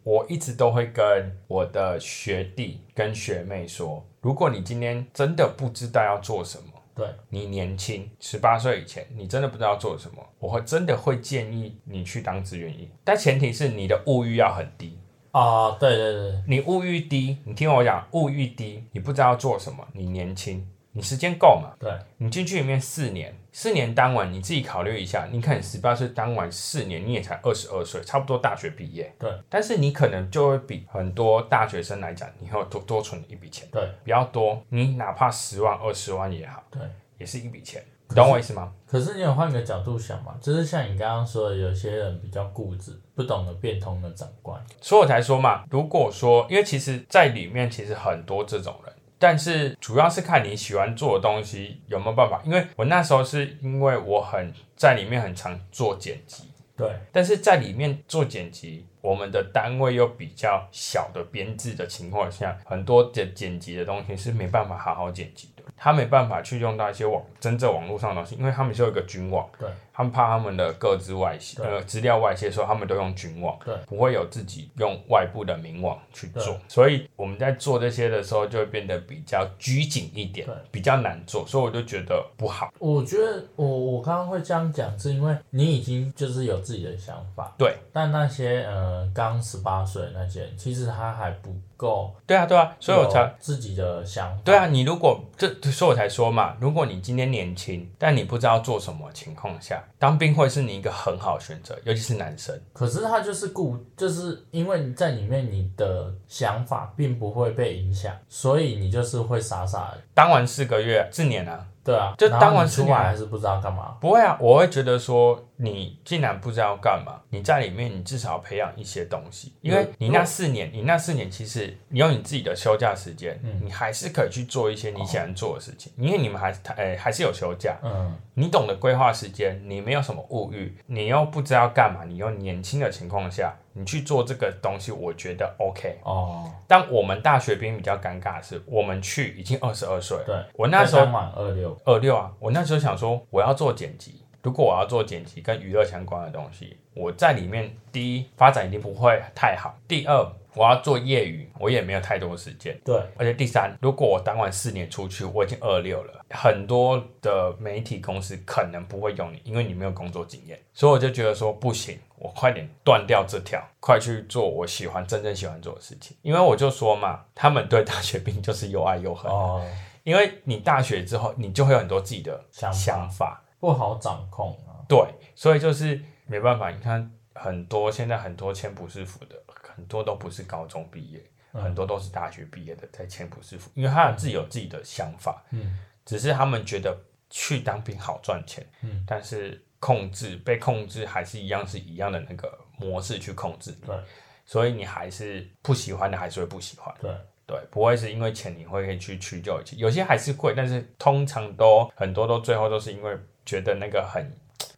A: 我一直都会跟我的学弟跟学妹说，如果你今天真的不知道要做什么。
B: 对，
A: 你年轻，十八岁以前，你真的不知道做什么，我会真的会建议你去当志愿役，但前提是你的物欲要很低。
B: 啊，对对对，
A: 你物欲低，你听我讲，物欲低，你不知道做什么，你年轻，你时间够嘛？
B: 对，
A: 你进去里面四年，四年当晚你自己考虑一下，你看你十八岁当晚四年，你也才二十二岁，差不多大学毕业。
B: 对，
A: 但是你可能就会比很多大学生来讲，你要多多存一笔钱，
B: 对
A: 比较多，你哪怕十万、二十万也好，
B: 对。
A: 也是一笔钱，你懂我意思吗？
B: 可是你有换个角度想嘛，就是像你刚刚说的，有些人比较固执，不懂得变通的长官，
A: 所以我才说嘛，如果说，因为其实在里面其实很多这种人。但是主要是看你喜欢做的东西有没有办法，因为我那时候是因为我很在里面很常做剪辑，
B: 对
A: 但是在里面做剪辑，我们的单位又比较小的编制的情况下，很多的剪辑的东西是没办法好好剪辑的，他没办法去用到一些网真正网络上的东西，因为他们是有一个军网，
B: 对
A: 他们怕他们的各自外泄，
B: 对
A: 呃，资料外泄，所以他们都用军网，
B: 对，
A: 不会有自己用外部的明网去做，所以我们在做这些的时候就会变得比较拘谨一点
B: 对，
A: 比较难做，所以我就觉得不好。
B: 我觉得我我刚刚会这样讲，是因为你已经就是有自己的想法，
A: 对。
B: 但那些呃刚十八岁的那些人，其实他还不够，
A: 对啊，对啊，所以我才
B: 自己的想法。
A: 对啊，你如果这，所以我才说嘛，如果你今天年轻，但你不知道做什么情况下，当兵会是你一个很好的选择，尤其是男生。
B: 可是他就是固，就是因为你在里面你的想法并不会被影响，所以你就是会傻傻的。
A: 当完四个月、四年啊，
B: 对啊，
A: 就
B: 然后
A: 当完
B: 你
A: 是
B: 出
A: 你
B: 来还是不知道干嘛。
A: 不会啊，我会觉得说，你既然不知道干嘛，你在里面你至少培养一些东西，因为
B: 嗯
A: 你那四年，你那四年其实你用你自己的休假时间，
B: 嗯
A: 你还是可以去做一些你喜欢做的事情，因为你们还是哎、还是有休假，
B: 嗯，
A: 你懂得规划时间，你没有什么物欲，你又不知道干嘛，你又年轻的情况下，你去做这个东西，我觉得 OK。
B: 哦，
A: 但我们大学兵比较尴尬的是，我们去已经二十二岁了，
B: 对，
A: 我那时候
B: 在当晚二六，
A: 二六啊，我那时候想说我要做剪辑，如果我要做剪辑跟娱乐相关的东西，我在里面第一发展一定不会太好，第二我要做业余，我也没有太多时间。
B: 对
A: 而且第三，如果我当完四年出去，我已经二六了，很多的媒体公司可能不会用你，因为你没有工作经验。所以我就觉得说不行，我快点断掉这条，快去做我喜欢、真正喜欢做的事情。因为我就说嘛，他们对大学 兵就是又爱又恨，
B: 哦，
A: 因为你大学之后，你就会有很多自己的
B: 想法
A: 想法
B: 不好掌控啊。
A: 对，所以就是没办法，你看很多现在很多签不是服的，很多都不是高中毕业，
B: 嗯
A: 很多都是大学毕业的在签不是服，因为他们自己有自己的想法，
B: 嗯，
A: 只是他们觉得去当兵好赚钱，
B: 嗯，
A: 但是控制被控制还是一样是一样的那个模式去控制你，
B: 对
A: 所以你还是不喜欢的还是会不喜欢，
B: 对，
A: 对，不会是因为钱你会去屈就一切，有些还是会，但是通常都很多都最后都是因为觉得那个很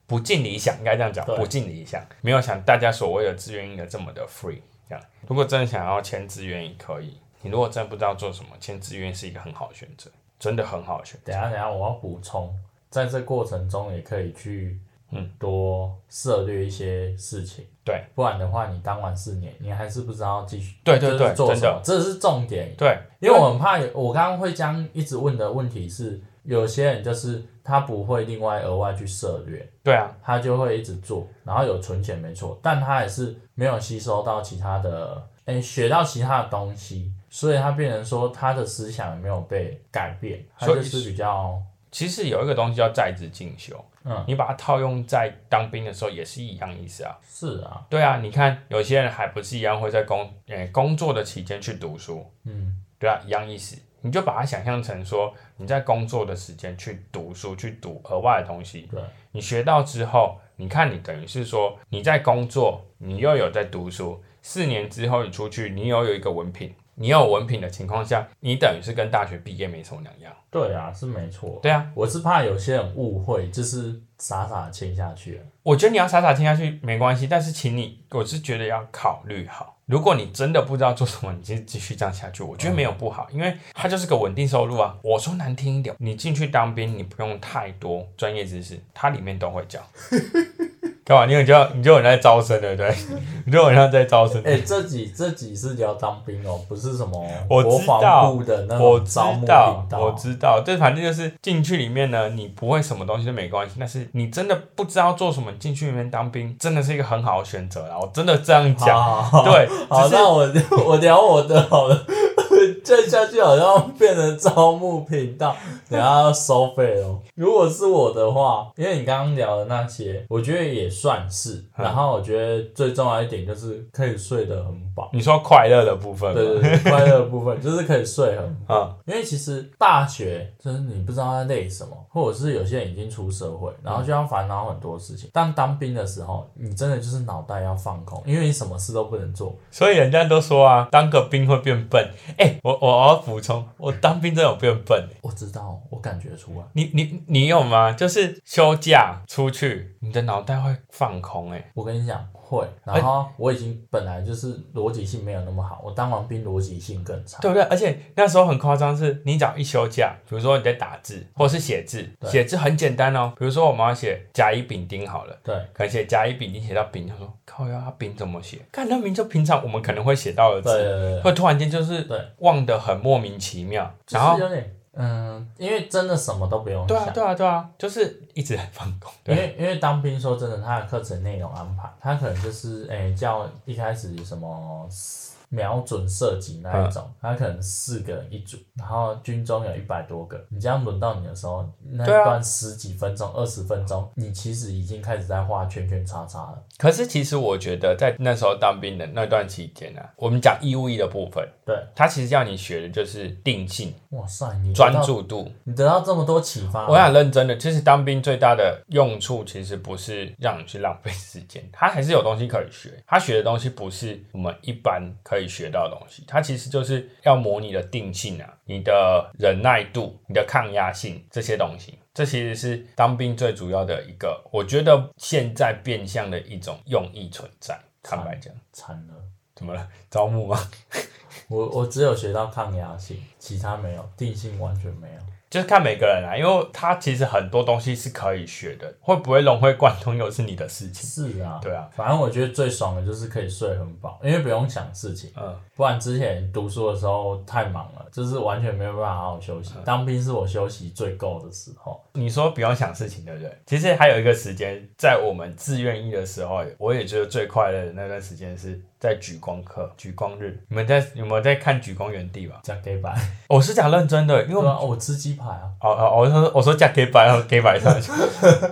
A: 不尽理想，应该这样讲，
B: 对
A: 不尽理想，没有想大家所谓的志愿役的这么的 free。这样，如果真的想要签志愿役可以，你如果真的不知道做什么，签志愿是一个很好的选择，真的很好的选择。
B: 等一下等一下，我要补充，在这过程中也可以去
A: 嗯
B: 多涉略一些事情，
A: 对
B: 不然的话，你当完四年，你还是不知道继续
A: 对对
B: 就是
A: 对
B: 做
A: 真
B: 什
A: 的
B: 么，这是重点。
A: 对，
B: 因为我很怕有，我刚刚会将一直问的问题是，有些人就是他不会另外额外去涉略，
A: 对啊，
B: 他就会一直做，然后有存钱没错，但他也是没有吸收到其他的，哎、学到其他的东西，所以他变成说他的思想也没有被改变，他
A: 所以
B: 就是比较
A: 其实有一个东西叫在职进修，
B: 嗯
A: 你把它套用在当兵的时候也是一样意思啊。
B: 是啊，
A: 对啊，你看有些人还不是一样会在工诶、工作的期间去读书，
B: 嗯，
A: 对啊，一样意思。你就把它想象成说你在工作的时间去读书，去读额外的东西，
B: 对，
A: 你学到之后，你看你等于是说你在工作，你又有在读书，四年之后你出去，你又有一个文凭，你有文凭的情况下，你等于是跟大学毕业没什么两样。
B: 对啊，是没错。
A: 对啊，
B: 我是怕有些人误会，就是傻傻地签下去了。啊
A: 我觉得你要傻傻听下去没关系，但是请你，我是觉得要考虑好。如果你真的不知道做什么，你就继续这样下去，我觉得没有不好，因为它就是个稳定收入啊。我说难听一点，你进去当兵，你不用太多专业知识，它里面都会教。 干嘛？你有就你就有人在招生了，对不对？ 你就有人在招生。
B: 哎、这几这几是聊当兵哦，不是什么
A: 嗯我
B: 国
A: 知道
B: 防部的那
A: 我
B: 种
A: 知
B: 招募频
A: 道，我
B: 道。
A: 知道，这反正就是进去里面呢，你不会什么东西都没关系，但是你真的不知道做什么，进去里面当兵真的是一个很好的选择啦。我真的这样讲，
B: 好好好
A: 对，
B: 好，
A: 只是
B: 那我我 聊我的好了， 这下去好像变成招募频道，等下要收费哦。如果是我的话，因为你刚刚聊的那些，我觉得也算是。
A: 嗯
B: 然后我觉得最重要一点就是可以睡得很饱，
A: 你说快乐的部分，
B: 对对，对，快乐的部分就是可以睡很饱。
A: 嗯，
B: 因为其实大学就是你不知道在累什么，或者是有些人已经出社会，然后就要烦恼很多事情。但当兵的时候，你真的就是脑袋要放空，因为你什么事都不能做。
A: 所以人家都说啊，当个兵会变笨。哎、我我要补充，我当兵真的有变笨、欸。
B: 我知道，我感觉出来。
A: 你你你有吗？就是休假出去，你的脑袋会放空、欸，
B: 我跟你讲会，
A: 哎
B: 然后我已经本来就是逻辑性没有那么好，我当完兵逻辑性更差。
A: 对不对？而且那时候很夸张，是你只要一休假，比如说你在打字或是写字，
B: 对
A: 写字很简单哦，比如说我们要写甲乙丙丁好了。
B: 对
A: 可能写甲乙丙丁写到丙，他说靠呀，他丙怎么写？看那名就平常我们可能会写到的
B: 对
A: 字，
B: 对对对，
A: 会突然间就是
B: 对
A: 忘得很莫名其妙，
B: 就
A: 然后
B: 是有点嗯，因为真的什么都不用
A: 对啊，
B: 想。
A: 对啊，对啊，就是一直在放空。
B: 因
A: 对，
B: 为因为当兵说真的，他的课程内容安排，他可能就是诶、叫一开始什么瞄准射击那一种，
A: 嗯
B: 他可能四个人一组，然后军中有一百多个，你这样轮到你的时候，那
A: 对啊
B: 一段十几分钟、二十分钟，你其实已经开始在画圈圈叉叉了。
A: 可是其实我觉得在那时候当兵的那段期间呢、啊，我们讲义务役的部分，
B: 对，
A: 它其实要你学的就是定性、
B: 哇塞，你得
A: 专
B: 到
A: 注度。
B: 你得到这么多启发，
A: 我想认真的，其实当兵最大的用处其实不是让你去浪费时间，他还是有东西可以学。他学的东西不是我们一般可以学到的东西，他其实就是要磨你的定性啊、你的忍耐度、你的抗压性这些东西。这其实是当兵最主要的一个，我觉得现在变相的一种用意存在。坦白讲，
B: 惨了，
A: 怎么了？ 招募吗？
B: 我我只有学到抗压性，其他没有，定性完全没有。
A: 就是看每个人啊啦、因为他其实很多东西是可以学的，会不会融会贯通又是你的事情。
B: 是啊，
A: 对啊，
B: 反正我觉得最爽的就是可以睡很饱，因为不用想事情。
A: 嗯。
B: 不然之前读书的时候太忙了，就是完全没有办法好好休
A: 嗯
B: 息。当兵是我休息最够的时候。
A: 你说不用想事情，对不对？其实还有一个时间，在我们自愿役的时候，我也觉得最快乐的那段时间是在举光课、举光日。你们在有没有在看举光原地吧？
B: 加 gay 白，
A: 我是讲认真的，因为
B: 对哦
A: 我们
B: 啊，我吃鸡排啊，
A: 哦哦，我说我说加 gay 白，然后 gay 白上去，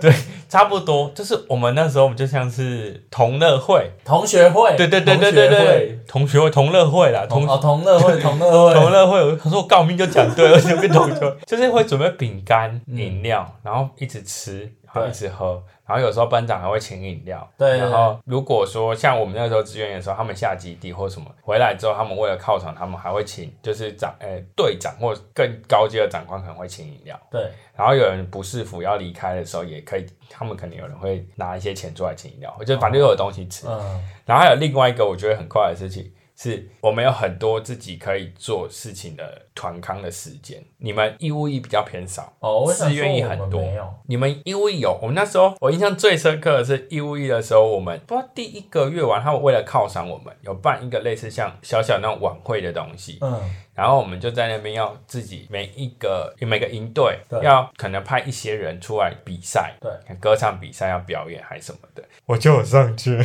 A: 对，差不多，就是我们那时候我们就像是同乐会，
B: 同学会，
A: 对对对对对
B: 同学
A: 对
B: 会，，
A: 同学会同乐会啦，同
B: 同哦同乐会，同乐
A: 同
B: 会，
A: 乐会，我他说我告命就讲对了，就变同 学会，就是会准备饼干、饮料，然后一直吃，然后
B: 对
A: 一直喝，然后有时候班长还会请饮料。
B: 对
A: 然后如果说像我们那时候志愿的时候，他们下基地或什么回来之后，他们为了犒赏，他们还会请就是长诶、队长或更高阶的长官可能会请饮料。
B: 对
A: 然后有人不适服要离开的时候，也可以，他们可能有人会拿一些钱出来请饮料，就反正都有东西吃。
B: 嗯
A: 然后还有另外一个我觉得很快的事情，是我们有很多自己可以做事情的团康的时间。你们义务役比较偏少，
B: 哦，我想
A: 自
B: 说
A: 愿役
B: 我们
A: 很多
B: 没有，
A: 你们义务役有。我们那时候我印象最深刻的是义务役的时候，我们不知道第一个月完，他们为了犒赏我们，有办一个类似像小小那种晚会的东西，
B: 嗯
A: 然后我们就在那边要自己每一个每个营队
B: 对
A: 要可能派一些人出来比赛，
B: 对，
A: 歌唱比赛要表演还是什么的，我就有上 去，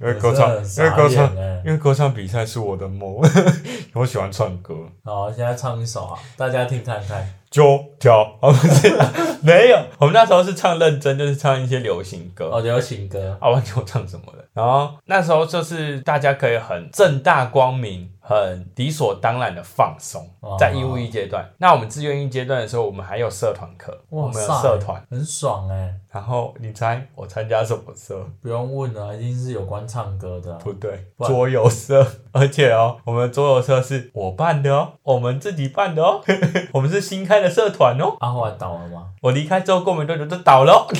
A: 因为歌唱，
B: 我
A: 因为
B: 真的很
A: 歌
B: 傻眼
A: 唱，
B: 欸
A: 因为歌唱比赛是我的梦， 我喜欢唱歌，
B: 好，现在唱一首啊，大家听看看，
A: 九条，哦 不是，没有，我们那时候是唱认真，就是唱一些流行歌，
B: 哦，流行歌，
A: 啊，忘记我唱什么了。然后那时候就是大家可以很正大光明、很理所当然的放松
B: 哦，
A: 在义务役阶段。那我们志愿役阶段的时候，我们还有社团课，我
B: 哇
A: 们
B: 塞
A: 有社团。
B: 很爽哎，
A: 然后你猜我参加什么社？
B: 不用问了，一定是有关唱歌的啊，
A: 不对，
B: 不然
A: 桌游社。而且哦，我们桌游社是我办的哦，我们自己办的哦， 我们是新开的社团哦。
B: 阿华倒了吗？
A: 我离开之后，过没多久就倒了哦，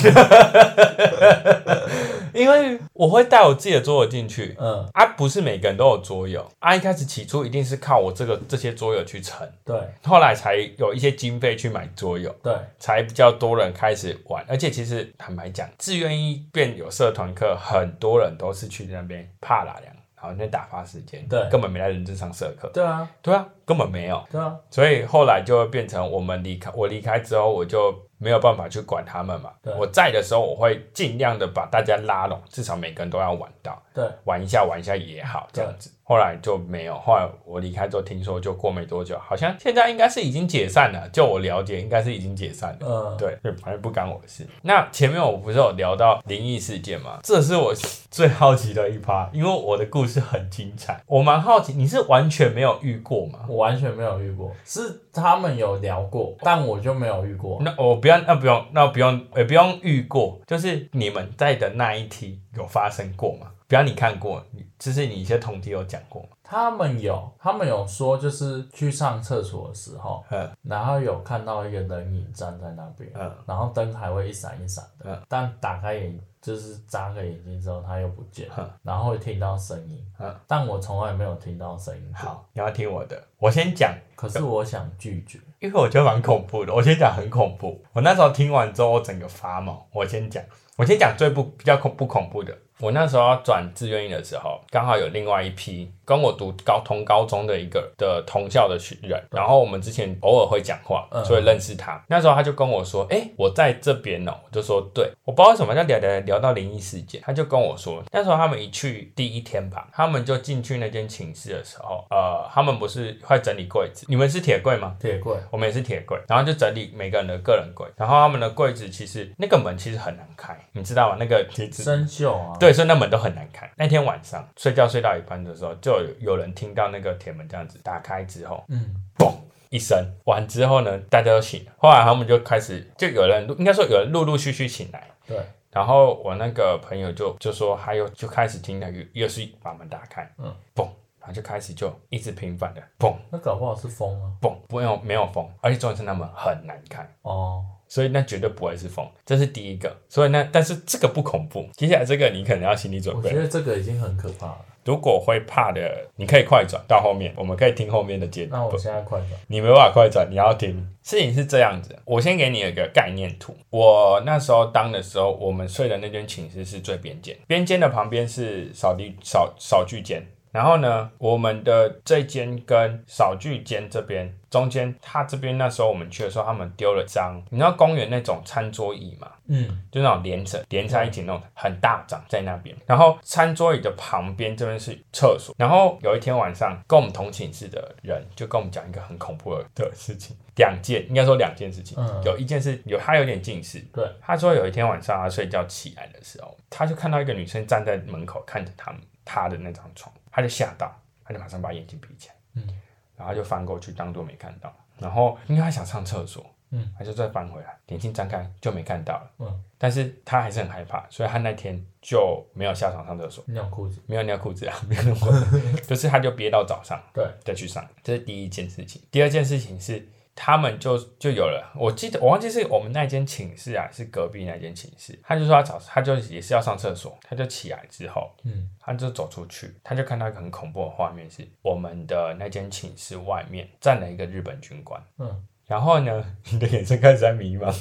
A: 因为我会带我自己的桌游进去，
B: 嗯，
A: 啊，不是每个人都有桌游啊。一开始起初一定是靠我这个这些桌游去撑，
B: 对
A: 后来才有一些经费去买桌游，
B: 对，
A: 才比较多人开始玩。而且其实坦白讲，志愿役变有社团课，很多人都是去那边怕拉凉，然后那边打发时间，
B: 对
A: 根本没在认真上社课。
B: 对啊
A: 对啊，根本没有。
B: 对啊，
A: 所以后来就会变成我们离开，我离开之后我就没有办法去管他们嘛
B: 对。
A: 我在的时候，我会尽量的把大家拉拢，至少每个人都要玩到。
B: 对，
A: 玩一下玩一下也好，这样子。后来就没有，后来我离开之后，听说就过没多久，好像现在应该是已经解散了。就我了解，应该是已经解散了。
B: 嗯，
A: 对，就反正不干我的事。那前面我不是有聊到灵异事件吗？这是我最好奇的一趴，因为我的故事很精彩。我蛮好奇，你是完全没有遇过吗？
B: 我完全没有遇过，是他们有聊过，但我就没有遇过。
A: 那我不要，那不用，那不用，也不用遇过，就是你们在的那一梯有发生过吗？不要你看过，你就是你一些同梯有讲过吗？
B: 他们有，他们有说，就是去上厕所的时候，
A: 嗯
B: 然后有看到一个人影站在那边，
A: 嗯。
B: 然后灯还会一闪一闪的，
A: 嗯
B: 但打开眼就是眨个眼睛之后，它又不见，
A: 嗯
B: 然后会听到声音，
A: 嗯
B: 但我从来没有听到声音。，
A: 好，你要听我的，我先讲，
B: 可是我想拒绝，
A: 因为我觉得蛮恐怖的。我先讲很恐怖，我那时候听完之后，我整个发毛。我先讲，我先讲最不比较恐不恐怖的。我那时候要转志愿役的时候，刚好有另外一批跟我读高同高中的一个的同校的学人，然后我们之前偶尔会讲话，
B: 嗯
A: 所以认识他。那时候他就跟我说：“哎、我在这边哦、我就说：“对。”我不知道为什么要聊聊聊到灵异事件，他就跟我说，那时候他们一去第一天吧，他们就进去那间寝室的时候，呃，他们不是会整理柜子，你们是铁柜吗？
B: 铁柜，
A: 我们也是铁柜，然后就整理每个人的个人柜，然后他们的柜子其实那个门其实很难开，你知道吗？那个其实
B: 生锈啊，，
A: 对，所以那门都很难开。那天晚上睡觉睡到一半的时候，就有有人听到那个铁门这样子打开之后
B: 嗯，
A: 一声，完之后呢，大家都醒了。后来他们就开始，就有人应该说有人陆陆续续醒来，
B: 对，
A: 然后我那个朋友就就说，还有就开始听到又又是把门打开，
B: 嗯，
A: 嘣，然后就开始就一直频繁的嘣
B: 那搞不好是风啊，
A: 嘣，没有没有风，而且重点是那门很难开。
B: 哦，
A: 所以那绝对不会是风，这是第一个。所以那但是这个不恐怖，接下来这个你可能要心理准
B: 我
A: 备
B: 觉。得这个已经很可怕了。
A: 如果会怕的，你可以快转到后面，我们可以听后面的节
B: 那
A: 目
B: 我。现在快转，
A: 你没办法快转，你要听。事情是这样子，我先给你一个概念图。我那时候当的时候，我们睡的那间寝室是最边间，边间的旁边是扫地扫扫具间。然后呢，我们的这间跟扫具间这边中间他这边那时候我们去的时候，他们丢了一张，你知道公园那种餐桌椅嘛，
B: 嗯，
A: 就那种连着连在一起那种很大张在那边，然后餐桌椅的旁边这边是厕所，然后有一天晚上跟我们同寝室的人就跟我们讲一个很恐怖的的事情，两件应该说两件事情，
B: 嗯
A: 有一件事有他有点近视，
B: 对，
A: 他说有一天晚上他睡觉起来的时候，他就看到一个女生站在门口看着他们他的那张床，他就吓到，他就马上把眼睛闭起来，
B: 嗯，
A: 然后就翻过去当做没看到，然后因为他想上厕所，
B: 嗯，
A: 他就再翻回来，眼睛张开就没看到了，
B: 嗯，
A: 但是他还是很害怕，所以他那天就没有下床上厕所，
B: 尿裤子，
A: 没有尿裤子啊，没有尿 裤子，就是他就憋到早上，
B: 对，
A: 再去上，这是第一件事情。第二件事情是，他们就就有了，我记得我忘记是我们那间寝室啊，是隔壁那间寝室。他就说他早，他就也是要上厕所，他就起来之后，
B: 嗯，
A: 他就走出去，他就看到一个很恐怖的画面是，我们的那间寝室外面站了一个日本军官。
B: 嗯，
A: 然后呢，你的眼神开始在迷茫。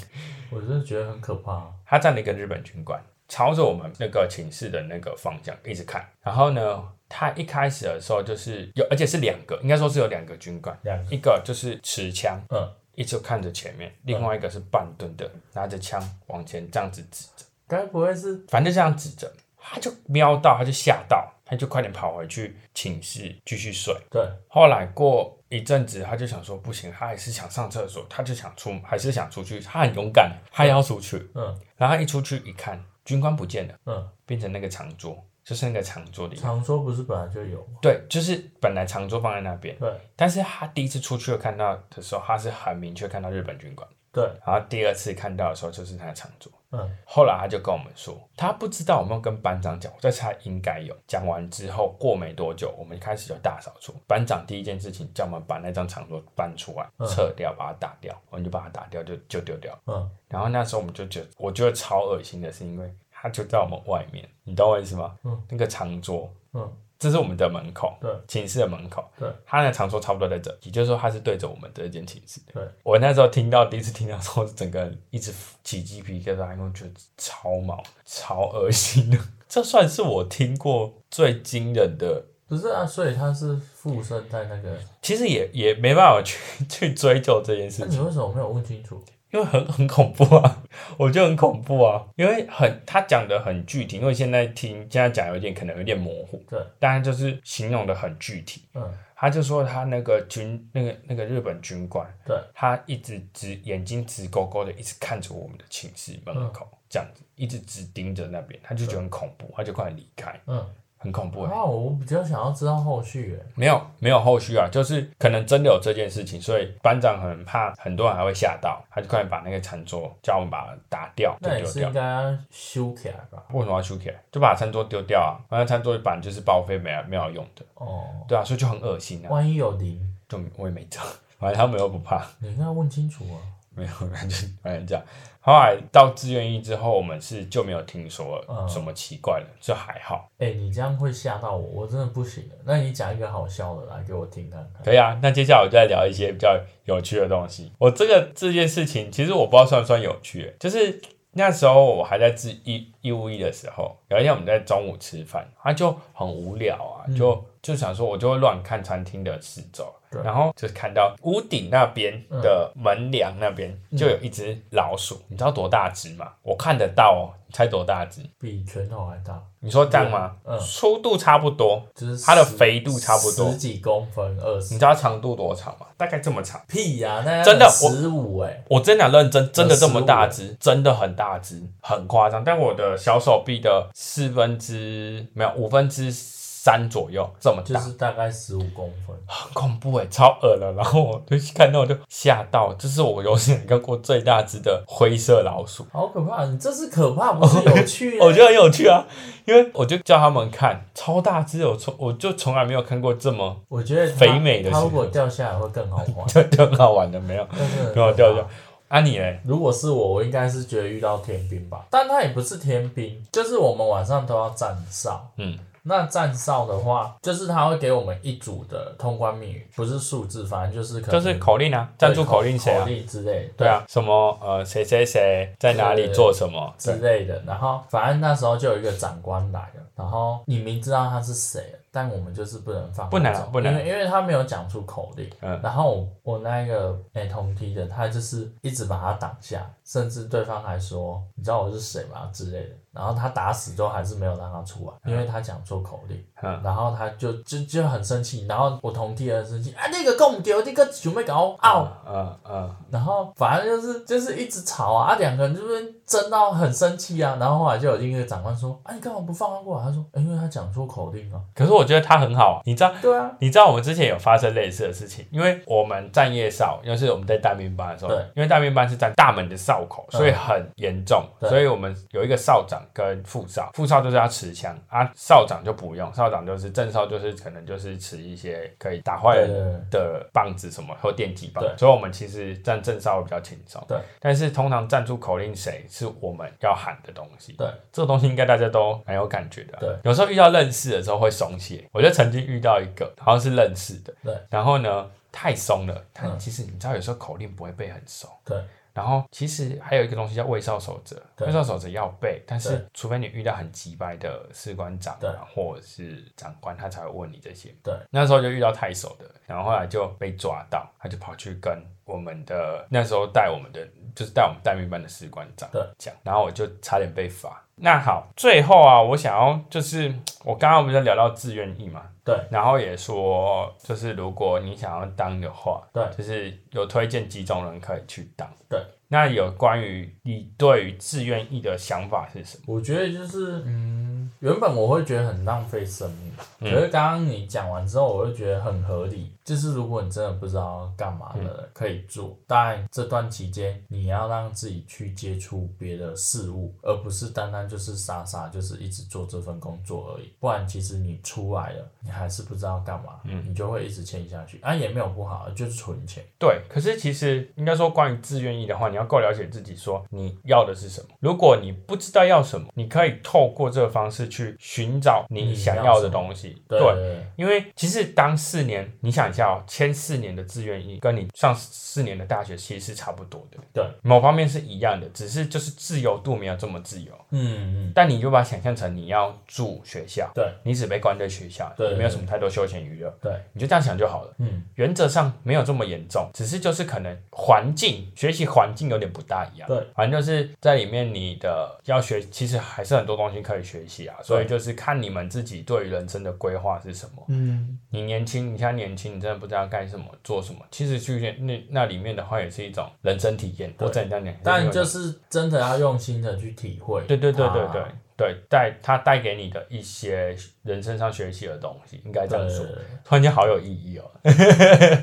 B: 我真的觉得很可怕、啊
A: 他站了一个日本军官，朝着我们那个寝室的那个方向一直看。然后呢，他一开始的时候就是有，而且是两个，应该说是有两个军官，
B: 两个，
A: 一个就是持枪，
B: 嗯，
A: 一直看着前面；另外一个是半蹲的，拿着枪往前这样子指着，
B: 该不会是
A: 反正这样指着，他就瞄到，他就吓到，他就快点跑回去寝室继续睡。
B: 对，
A: 后来过一阵子，他就想说不行，他还是想上厕所，他就想出，还是想出去，他很勇敢，他要出去。
B: 嗯
A: 然后他一出去一看，军官不见了，
B: 嗯，
A: 变成那个长桌，就是那个长桌里面。
B: 长桌不是本来就有吗？
A: 对，就是本来长桌放在那边，
B: 对
A: 但是他第一次出去看到的时候，他是很明确看到日本军官，
B: 对，
A: 然后第二次看到的时候就是他的长桌。
B: 嗯
A: 后来他就跟我们说，他不知道有没有跟班长讲，我在猜应该有。讲完之后，过没多久，我们开始有大扫除。班长第一件事情叫我们把那张长桌搬出来，
B: 嗯
A: 撤掉，把它打掉。我们就把它打掉，就就丢掉。
B: 嗯，
A: 然后那时候我们就觉得，我觉得超恶心的是，因为他就在我们外面，你懂我意思吗？
B: 嗯，
A: 那个长桌，
B: 嗯，
A: 这是我们的门口，
B: 对，
A: 寝室的门口，
B: 对，
A: 他的长桌差不多在这，也就是说他是对着我们这间寝室的。
B: 对，
A: 我那时候听到第一次听到的时候，整个人一直起鸡皮疙瘩，因为我觉得超毛、超恶心的。 这算是我听过最惊人的
B: 不是啊，所以他是附身在那个，
A: 其实也也没办法去去追究这件事
B: 那
A: 情，
B: 你为什么没有问清楚？
A: 因为很 很恐怖啊，我觉得很恐怖啊，因为很他讲的很具体，因为现在听现在讲有点可能有点模糊，
B: 对，
A: 但他就是形容的很具体。
B: 嗯，
A: 他就说他那个军那个那个日本军官，
B: 对，
A: 他一直直眼睛直勾勾的，一直看着我们的寝室
B: 嗯
A: 门口、这样子，一直直盯着那边，他就觉得很恐怖，他就快离开，
B: 嗯，
A: 很恐怖欸、
B: 那我比较想要知道后续，哎，
A: 没有没有后续啊，就是可能真的有这件事情，所以班长很怕，很多人还会吓到，他就快点把那个餐桌叫我们把它打掉，就
B: 那也
A: 丢
B: 是
A: 掉
B: 应。该修起来吧？
A: 为什么要修起来？就把餐桌丢掉啊！那餐桌板就是报废没没有用的，
B: 哦，
A: 对啊，所以就很恶心啊。
B: 万一有灵，
A: 就我也没讲，反正他们又不怕。
B: 你应该问清楚啊。
A: 没有， 反正反正这样。后来到志愿役之后，我们是就没有听说
B: 嗯
A: 什么奇怪的，就还好。
B: 哎、你这样会吓到我，我真的不行了。那你讲一个好笑的来给我听看看。
A: 可以啊，那接下来我就来聊一些比较有趣的东西。我这个这件事情，其实我不知道算不算有趣，就是那时候我还在自义义务役的时候，有一天我们在中午吃饭，他就很无聊
B: 嗯
A: 啊，就、就想说，我就会乱看餐厅的四周
B: 对，
A: 然后就看到屋顶那边的门梁那边、
B: 嗯
A: 就有一只老鼠，你知道多大只吗？我看得到哦，你猜多大只？
B: 比拳头还大，
A: 你说这样吗？
B: 嗯
A: 粗度差不多，
B: 就是
A: 它的
B: 十
A: 肥度差不多
B: 十几公分，二
A: 你
B: 十
A: 知道长度多长吗？大概这么长。
B: 屁呀、那
A: 真的我
B: 十五哎，
A: 我真的认真，真的这么大
B: 有
A: 只，真的很大只，很夸张。但我的小手臂的四分之没有五分之三左右这么
B: 就
A: 大，
B: 是大概十五公分。
A: 很恐怖哎、超恶了。然后我就看到我就吓到，这是我有史以来看过最大只的灰色老 鼠。
B: 好可怕！你这是可怕，不是有趣、
A: 我觉得很有趣啊，因为我就叫他们看超大只，我从我就从来没有看过这么
B: 我觉得它
A: 肥美的
B: 它
A: 是
B: 如果掉下来会更好 玩。
A: 就就很好玩的，没有
B: 但是
A: 没有掉下。啊你嘞？
B: 如果是我，我应该是觉得遇到天兵吧，但它也不是天兵，就是我们晚上都要站哨。
A: 嗯，
B: 那站哨的话，就是他会给我们一组的通关密语，不是数字，反正就是可
A: 就
B: 能
A: 是口令啊，赞助
B: 对口
A: 口令谁啊
B: 口？令之类的。
A: 对啊，什么呃谁谁谁在哪里做什么？
B: 之
A: 对，
B: 类的。然后反正那时候就有一个长官来了，然后你明知道他是谁了，但我们就是不能放那种，
A: 不能啊不能
B: 因为因为他没有讲出口令。
A: 嗯
B: 然后我我那个哎同梯的，他就是一直把他挡下，甚至对方还说你知道我是谁吗之类的。然后他打死都还是没有让他出来，因为他讲出口令。
A: 嗯
B: 然后他就就就很生气，然后我同梯的很生气啊，那个讲唔对，你个准备搞拗。
A: 嗯嗯
B: 然后反正就是就是一直吵啊，啊两个人就是争到很生气啊，然后后来就有另一个长官说，啊你干嘛不放他过来？他说，欸因为他讲出口令啊。
A: 可是我觉得他很好，你知道，
B: 对啊，
A: 你知道我们之前有发生类似的事情，因为我们站夜哨，要是我们在大兵班的时候
B: 对，
A: 因为大兵班是站大门的哨口，
B: 嗯
A: 所以很严重，
B: 对
A: 所以我们有一个哨长跟副哨，副哨就是要持枪啊，哨长就不用，哨长就是正哨就是可能就是持一些可以打坏
B: 对
A: 人
B: 对对，
A: 的棒子什么或电击棒
B: 对，
A: 所以我们其实站正哨比较轻松。
B: 对，
A: 但是通常站出口令谁是我们要喊的东西。
B: 对，
A: 这个东西应该大家都蛮有感觉的啊、
B: 对
A: 有时候遇到认识的时候会松懈，我就曾经遇到一个好像是认识的，
B: 对，
A: 然后呢太松了，他
B: 嗯
A: 其实你知道有时候口令不会背很熟。
B: 对。
A: 然后其实还有一个东西叫卫哨守则，
B: 对
A: 卫哨守则要背，但
B: 对
A: 是除非你遇到很急掰的士官长
B: 对
A: 啊，或者是长官，他才会问你这些。
B: 对，
A: 那时候就遇到太守的，然后后来就被抓到，他就跑去跟我们的那时候带我们的就是带我们待命班的士官长
B: 对
A: 讲，然后我就差点被罚。那好，最后啊，我想要就是我刚刚不是聊到自愿意嘛，
B: 对，
A: 然后也说就是如果你想要当的话，
B: 对
A: 就是有推荐几种人可以去当，
B: 对。
A: 那有关于你对于自愿意的想法是什么？
B: 我觉得就是嗯，原本我会觉得很浪费生命，
A: 嗯
B: 可是刚刚你讲完之后，我会觉得很合理。就是如果你真的不知道干嘛
A: 嗯
B: 的人，可以做，但这段期间你要让自己去接触别的事物，而不是单单就是傻傻就是一直做这份工作而已。不然其实你出来了，你还是不知道干嘛，
A: 嗯
B: 你就会一直欠下去。啊，也没有不好，就是存钱。
A: 对，可是其实应该说，关于自愿意的话，你要够了解自己，说你要的是什么。如果你不知道要什么，你可以透过这个方式去寻找你
B: 你
A: 想
B: 要
A: 要
B: 什
A: 的
B: 么
A: 东西。
B: 嗯对对对
A: 因为其实当四年，你想一下哦，签四年的志愿役，跟你上四年的大学其实是差不多的，
B: 对，
A: 某方面是一样的，只是就是自由度没有这么自由。
B: 嗯嗯，
A: 但你就把它想象成你要住学校，
B: 对
A: 你只被关在学校，
B: 对
A: 也没有什么太多休闲娱乐，
B: 对，
A: 你就这样想就好了。
B: 嗯
A: 原则上没有这么严重，只是就是可能环境学习环境有点不大一样。
B: 对，
A: 反正就是在里面你的要学，其实还是很多东西可以学习啊。所以就是看你们自己对于人生的规划是什么。
B: 嗯，
A: 你年轻，你现在年轻，你真的不知道干什么、做什么。其实去那那里面的话，也是一种人生体验。
B: 对
A: 我真的这样讲，
B: 但就是真的要用心的去体会。
A: 对对对对对。
B: 啊
A: 对，带它带给你的一些人身上学习的东西，应该这样
B: 对
A: 说
B: 对。对
A: 突然间好有意义哦！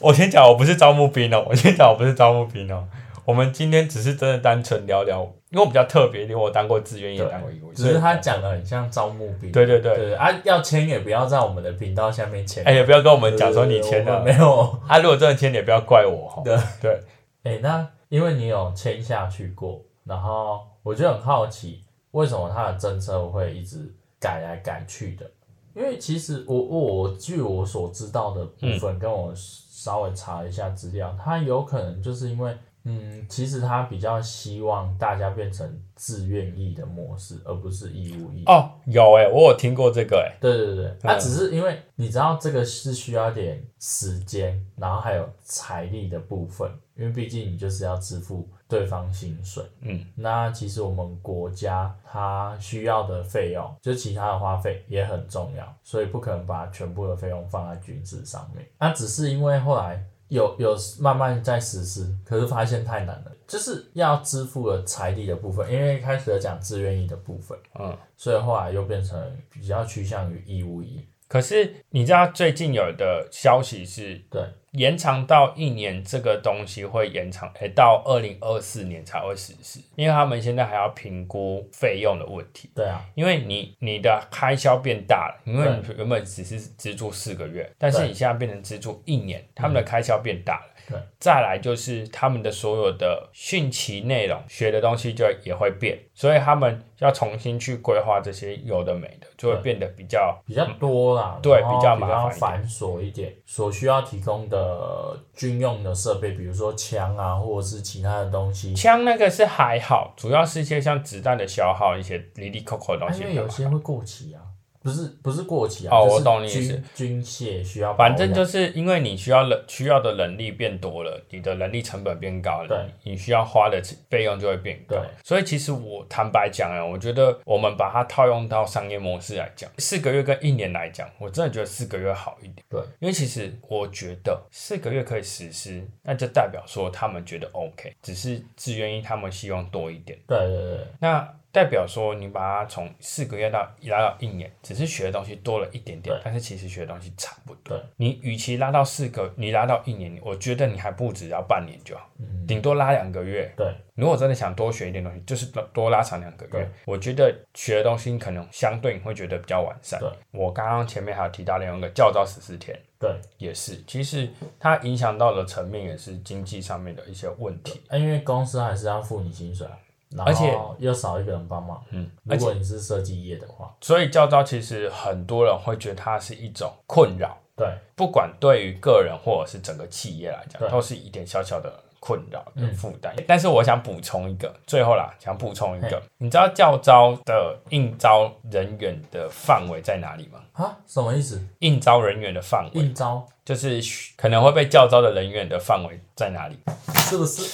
A: 我先讲，我不是招募兵哦，我先讲，我不是招募兵哦。我们今天只是真的单纯聊聊，因为我比较特别一点，因为我当过志愿役，也
B: 对
A: 当过义务役，
B: 只是
A: 所以
B: 他讲的很像招募兵。
A: 对对对，
B: 对啊，要签也不要在我们的频道下面签。
A: 哎，也不要跟我
B: 我
A: 们讲说你签了
B: 没，有。
A: 啊，如果真的签，你也不要怪我哦哈。
B: 对
A: 对，
B: 哎，那因为你有签下去过，然后我就很好奇，为什么他的政策会一直改来改去的？因为其实我我我据我所知道的部分，跟我稍微查一下资料，他有可能就是因为。嗯，其实他比较希望大家变成自愿意的模式，而不是义务役。
A: 哦，有哎，我有听过这个哎，
B: 对对对，那、
A: 嗯
B: 只是因为你知道这个是需要点时间，然后还有财力的部分，因为毕竟你就是要支付对方薪水。
A: 嗯，
B: 那其实我们国家它需要的费用，就其他的花费也很重要，所以不可能把全部的费用放在军事上面。那、只是因为后来有有慢慢在实施，可是发现太难了，就是要支付的财力的部分，因为一开始有讲自愿意的部分。
A: 嗯。
B: 所以后来又变成比较趋向于义务役。
A: 可是你知道最近有的消息是
B: 对，
A: 延长到一年这个东西会延长，诶、到二零二四年才会实施，因为他们现在还要评估费用的问题。
B: 对啊，
A: 因为你你的开销变大了，因为你原本只是资助四个月，但是
B: 对嗯
A: 你现在变成资助一年，他们的开销变大了。
B: 对
A: 再来就是他们的所有的训期内容学的东西就也会变，所以他们要重新去规划这些有的没的，就会
B: 对
A: 变得比较
B: 比较多啦，
A: 嗯对
B: 然后
A: 比
B: 比
A: 较麻烦
B: 较
A: 一点
B: 繁琐一点，所需要提供的军用的设备，比如说枪啊，或者是其他的东西，
A: 枪那个是还好，主要是一些像子弹的消耗，一些离离扣扣的东
B: 啊
A: 西
B: 因
A: 比
B: 为
A: 较麻
B: 有
A: 烦。
B: 些会过期啊。不是不是过期啊，
A: 哦
B: 就是
A: 我懂你意思
B: 军军械需要保
A: 反
B: 养，
A: 正就是因为你需要人需要的人力变多了，你的人力成本变高了，
B: 对
A: 你需要花的费用就会变高
B: 对。
A: 所以其实我坦白讲啊，我觉得我们把它套用到商业模式来讲，四个月跟一年来讲，我真的觉得四个月好一点。
B: 对，
A: 因为其实我觉得四个月可以实施，那就代表说他们觉得 OK，只是自愿意他们希望多一点。
B: 对对对对
A: 那代表说你把它从四个月到拉到一年，只是学的东西多了一点点
B: 对，
A: 但是其实学的东西差不多
B: 对。
A: 你与其拉到四个，你拉到一年，我觉得你还不止要半年就好，
B: 嗯
A: 顶多拉两个月。
B: 对
A: 如果真的想多学一点东西，就是多多拉长两个
B: 对
A: 月。我觉得学的东西可能相对你会觉得比较完善
B: 对。
A: 我刚刚前面还有提到另外一个教招十四天。
B: 对
A: 也是，其实它影响到的层面也是经济上面的一些问题。
B: 啊，因为公司还是要付你薪水啊，然
A: 而且
B: 后又少一个人帮忙。
A: 嗯，
B: 如果你是设计业的话，
A: 所以教招其实很多人会觉得它是一种困扰，
B: 对
A: 不管对于个人或者是整个企业来讲，
B: 对
A: 都是一点小小的困扰跟负担。但是我想补充一个，最后啦，想补充一个，你知道教招的应招人员的范围在哪里吗？
B: 啊，什么意思？
A: 应招人员的范围
B: 应招
A: 就是可能会被教招的人员的范围在哪里？
B: 是 不是？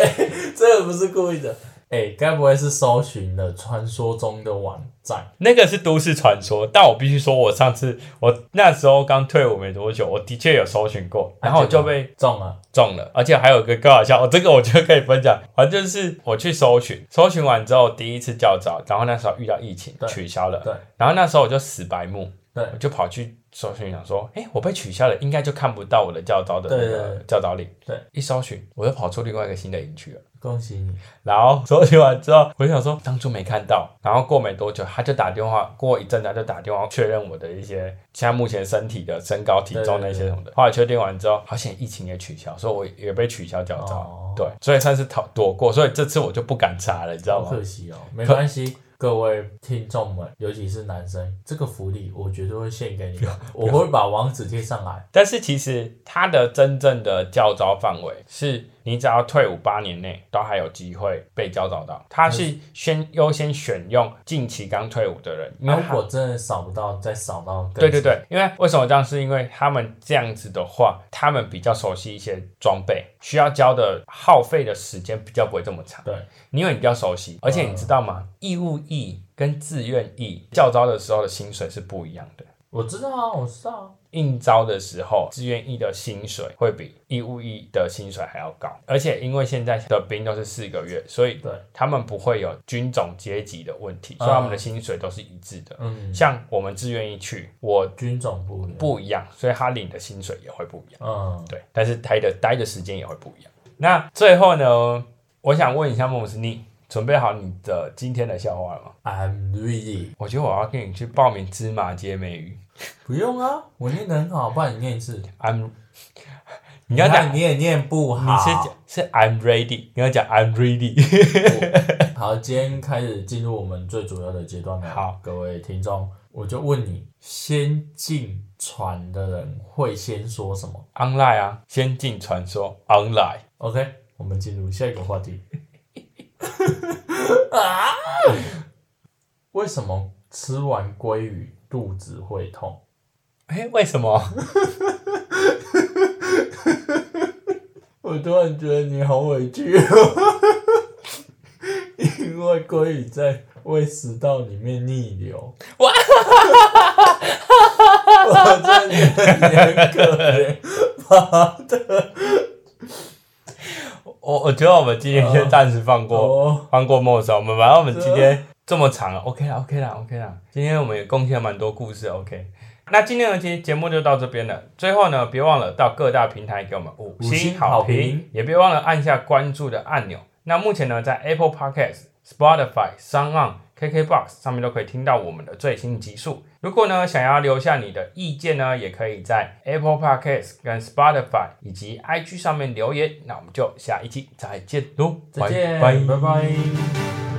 B: 哎这个不是故意的。哎、该不会是搜寻了传说中的网站？
A: 那个是都市传说，但我必须说，我上次我那时候刚退伍没多久，我的确有搜寻过，
B: 啊
A: 然后我就被
B: 中啊了。
A: 中了，而且还有一个更好笑，哦、这个我觉得可以分享。反正就是我去搜寻，搜寻完之后第一次叫早，然后那时候遇到疫情
B: 对
A: 取消了，
B: 对，
A: 然后那时候我就死白目，
B: 对
A: 我就跑去搜寻想说，哎、我被取消了，应该就看不到我的教招的那
B: 对对
A: 个
B: 对
A: 教招领，
B: 对，
A: 一搜寻我又跑出另外一个新的营区了。
B: 恭喜你！
A: 然后搜寻完之后， 我就想说当初没看到，然后过没多久他就打电话，过一阵他就打电话确认我的一些现在目前身体的身高、体重那些什么的。后来确定完之后，好险疫情也取消，所以我也被取消掉照。
B: 哦
A: 对，啊所以算是逃躲过，所以这次我就不敢查了，你知道
B: 好
A: 吗？
B: 可惜哦，没关系，各位听众们，尤其是男生，这个福利我绝对会献给你 们，我会把网址贴上来。
A: 但是其实它的真正的教招范围是，你只要退伍八年内都还有机会被教招到。它是先优先选用近期刚退伍的人，因为
B: 如
A: 它
B: 果真的扫不到，再扫到更
A: 对对对，因为为什么这样？是因为他们这样子的话，他们比较熟悉一些装备，需要交的耗费的时间比较不会这么长。
B: 对，嗯
A: 因为你比较熟悉，而且你知道吗？义务役跟自愿役教招的时候的薪水是不一样的。
B: 我知道啊，我知道啊。
A: 应招的时候，志愿役的薪水会比义务役的薪水还要高，而且因为现在的兵都是四个月，所以
B: 对
A: 他们不会有军种阶级的问题，所以他们的薪水都是一致的。
B: 嗯，
A: 像我们志愿役去，我
B: 军种不一样。
A: 不一样，所以他领的薪水也会不一样。
B: 嗯，
A: 对，但是待的待的时间也会不一样。那最后呢，我想问一下孟老师，你准备好你的今天的笑话了吗？
B: ，I'm ready。
A: 我觉得我要跟你去报名芝麻街美语。
B: 不用啊，我念得很好，不然你念一次。
A: I'm，你要讲
B: 看你也念不
A: 你是
B: 好。
A: 讲是 I'm ready，你要讲 I'm ready。
B: 好，今天开始进入我们最主要的阶段了。
A: 好，
B: 各位听众，我就问你，先进船的人会先说什么
A: Online 啊，先进传说 Online。
B: ？OK，我们进入下一个话题。啊！为什么吃完鲑鱼肚子会痛？
A: 哎、为什么？
B: 我突然觉得你好委屈哦，因为鲑鱼在胃食道里面逆流。哇！我真的觉得你很可怜。
A: 我我觉得我们今天先暂时放过。
B: 哦，
A: 放过莫少，我们反正我们今天这么长了，OK 啦，OK 啦，OK 啦。今天我们也贡献蛮多故事，OK。那今天的节节目就到这边了。最后呢，别忘了到各大平台给我们五
B: 五星
A: 星好
B: 好评
A: 评，也别忘了按下关注的按钮。那目前呢，在 Apple Podcast、Spotify、s o n On、KKBox 上面都可以听到我们的最新集数。如果呢想要留下你的意见呢，也可以在 Apple Podcast、跟 Spotify 以及 IG 上面留言。那我们就下一期再见喽，
B: 哦再见，
A: 拜
B: 拜拜